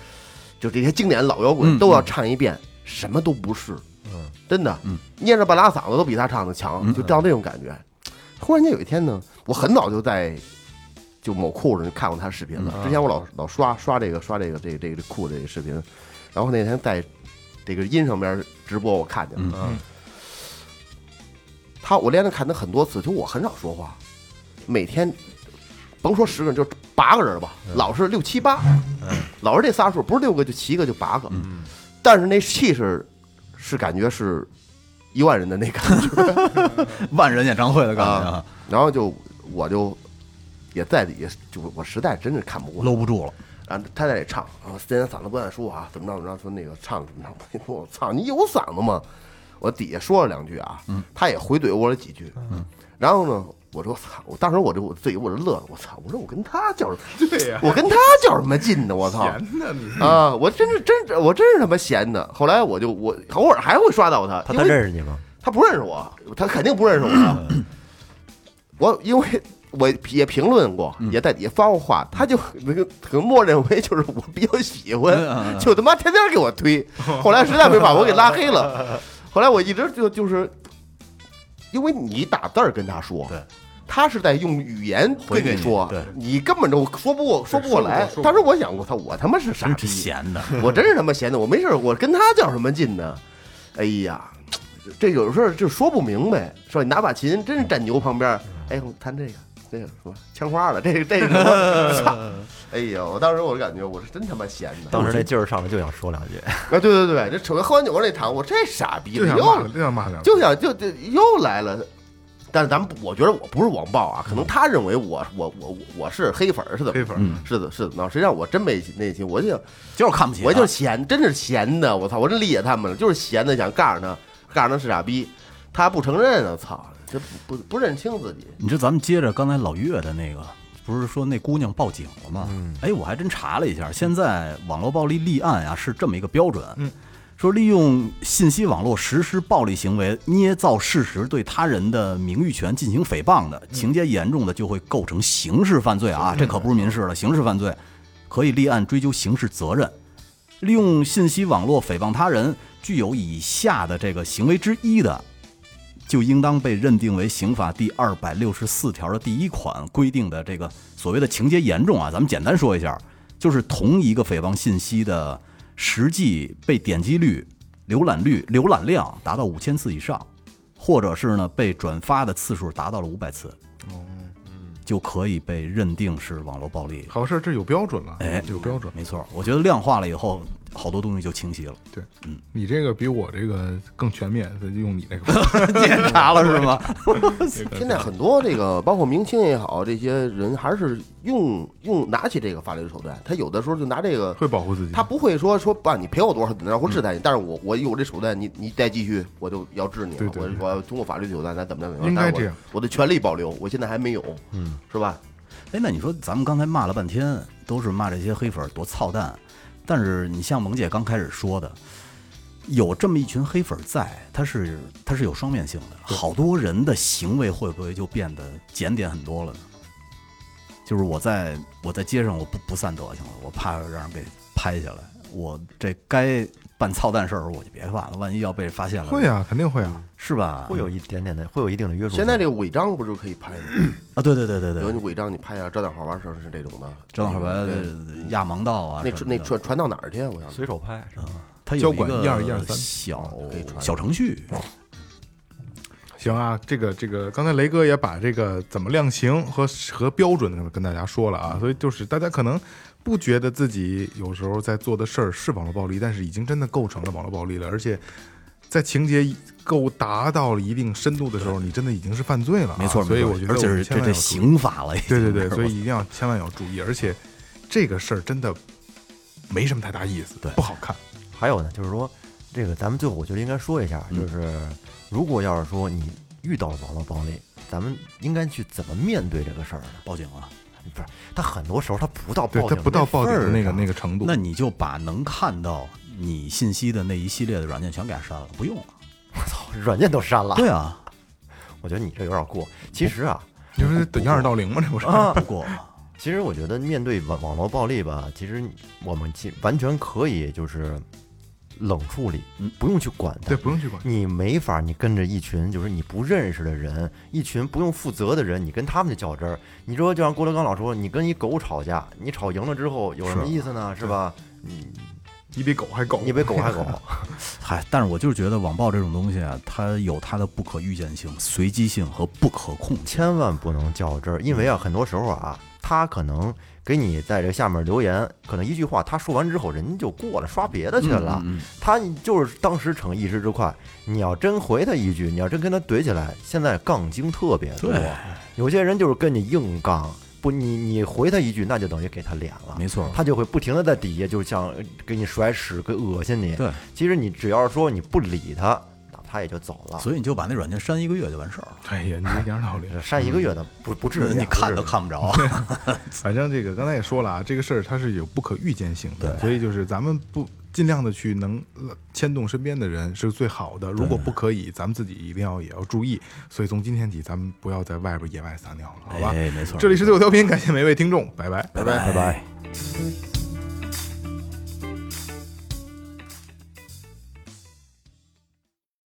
就这些经典老摇滚都要唱一遍，什么都不是，真的，捏着半拉嗓子都比他唱的强，就到那种感觉。忽然间有一天呢，我很早就在就某库上就看过他视频了，之前我老老刷刷这个刷这个这个这个这个库这个视频，然后那天在这个音上边直播我看见了，
嗯
他我连着看他很多次，就我很少说话，每天甭说十个人，就八个人吧，老是六七八，老是这仨数，不是六个就七个就八个，
嗯
但是那气势是感觉是一万人的 那感觉。
万人演唱会的感觉啊，
然后就我就也在底下，就我实在真是看不过，
搂不住了。
然后他在里唱，然后今天嗓子不太舒服啊，怎么着怎么着，说那个唱怎么着， 我说我操，你有嗓子吗？我底下说了两句啊，
嗯
他也回怼我了几句，然后呢，我说操，我当时我就我自己我就乐了，我操，我说我跟他较什么，
对呀
我跟他较什么劲呢？我操，
闲的你，
啊，我真是真是我真是他妈闲的。后来我就我偶尔还会刷到他，
他
因
他
为
认识你吗？
他不认识我，他肯定不认识我。啊我因为我也评论过，也在底下发过话，他就那个可能默认为就是我比较喜欢，就他妈天天给我推。后来实在没把我给拉黑了。后来我一直就就是，因为你打字儿跟他说，
对
他是在用语言
回
跟
给
你
你
说
对，
你根本就说不过说不过来。当时我想过，操，我他妈是傻
真
逼，
是闲 的。
我真是他妈闲的，我没事儿，我跟他较什么劲呢？哎呀，这有时候就说不明白，说你拿把琴，真是站牛旁边儿，哎，我弹这个。这个什么枪花了，这个这个什 么，操哎呦！我当时我就感觉我是真他妈闲的。
当时那劲儿上来就想说两句，
啊，对对对，这瞅着喝完酒那场，我这傻逼
就
了
想
又
骂，就想骂两句。
就想就就又来了。但是咱们不，我觉得我不是网暴啊，可能他认为我我我我我是黑粉儿是
嗯
怎
黑
么
粉儿，
嗯，
是的是怎么着？实际上我真没内心，我就想
就是看不起他，
我就是闲，真是闲的，我操，我真理解他们了，就是闲的想告诉他，告诉他是傻逼，他不承认啊，操，这不不不认清自己，
你知道咱们接着刚才老岳的那个，不是说那姑娘报警了吗？哎，我还真查了一下，现在网络暴力立案啊是这么一个标准，
嗯，
说利用信息网络实施暴力行为，捏造事实对他人的名誉权进行诽谤的，情节严重的就会构成刑事犯罪啊，这可不是民事了，刑事犯罪可以立案追究刑事责任。利用信息网络诽谤他人，具有以下的这个行为之一的，就应当被认定为刑法第二百六十四条的第一款规定的这个所谓的情节严重啊。咱们简单说一下，就是同一个诽谤信息的实际被点击率、浏览率、浏览量达到五千次以上，或者是呢被转发的次数达到了五百次，就可以被认定是网络暴力。
好事儿这有标准了，
哎
有标准。
没错，我觉得量化了以后，好多东西就清晰了。
对，你这个比我这个更全面，再用你那个 吧。
检查了是吗？
现在很多这个，包括明星也好，这些人还是用用拿起这个法律手段，他有的时候就拿这个
会保护自己。
他不会说说爸，你赔我多少，然后制裁你。但是我我有这手段，你你再继续，我就要治你了。
对对对
我我要通过法律手段，咱怎么着怎么
应该
但是我
这样
我的权利保留，我现在还没有，嗯，是吧？
哎，那你说咱们刚才骂了半天，都是骂这些黑粉儿多操蛋，但是你像萌姐刚开始说的，有这么一群黑粉儿在，他是他是有双面性的，好多人的行为会不会就变得检点很多了呢？就是我在我在街上我不不散德行了，我怕让人给拍下来，我这该办操蛋事儿我就别办了，万一要被发现了，
会啊，肯定会啊。
是吧？
会有一点点的，会有一定的约束。
现在这个违章不就可以拍吗？
啊，对对对对
比
对
如，你违章，你拍下遮挡好玩绳是这种的，
正好白
对
压盲道啊
那
什
传
么
那
的
传传到哪儿去啊？我想
随手拍，
它
交
有一
管
个
1213
小
可以传
小程序，
行啊，这个这个，刚才雷哥也把这个怎么量刑和和标准跟大家说了
嗯
啊，所以就是大家可能不觉得自己有时候在做的事儿是网络暴力，但是已经真的构成了网络暴力了，而且在情节够达到了一定深度的时候，你真的已经是犯罪了啊、
没错，
所以
没错
我觉得
而且
我
是
们千万
这这
要注意
刑法了，已
对对
经
对，
是吧
所以一定要千万要注意，而且这个事儿真的没什么太大意思，
对
不好看，
还有呢，就是说这个咱们最后我觉得应该说一下，就是如果要是说你遇到了网络暴力，咱们应该去怎么面对这个事儿呢？
报警了。
不是，他很多时候他不到
对
报
它
警，
不到报警的那个啊那
个，
个程度
那。你就把能看到你信息的那一系列的软件全给它删了，不用了。
操，软件都删了。
对啊，
我觉得你这有点过。其实啊，
你说等掩耳盗铃吗？这不是？
啊
不过
其实我觉得面对网网络暴力吧，其实我们其完全可以就是冷处理
嗯，
不用去管它
对，。不用去管。
你没法，你跟着一群就是你不认识的人，一群不用负责的人，你跟他们去较真儿。你说就像郭德纲老说，你跟一狗吵架，你吵赢了之后有什么
是
意思呢？是吧？
你比狗还狗，
你比狗还狗。
嗨，但是我就是觉得网暴这种东西啊，它有它的不可预见性、随机性和不可控性。
千万不能较真儿，因为啊，很多时候啊，他可能给你在这下面留言，可能一句话他说完之后，人家就过了，刷别的去了。
嗯嗯嗯
他就是当时逞一时之快，你要真回他一句，你要真跟他怼起来，现在杠精特别多
对，
有些人就是跟你硬杠，不，你你回他一句，那就等于给他脸了。
没错，
他就会不停的在底下，就想给你甩屎，给恶心你。
对，
其实你只要说你不理他，那他也就走了。
所以你就把那软件删一个月就完事儿了，
哎呀，你这掩耳盗铃。
删一个月的不不至于啊，
嗯你看
不至
都
于
看 不着。
反正这个刚才也说了啊，这个事儿它是有不可预见性的，所以就是咱们不尽量的去能呃牵动身边的人是最好的。如果不可以，咱们自己一定要也要注意。所以从今天起，咱们不要在外边野外撒尿了，好吧？
哎，没错， 哎
这里是最后调频，感谢每位听众，拜拜。
拜拜拜。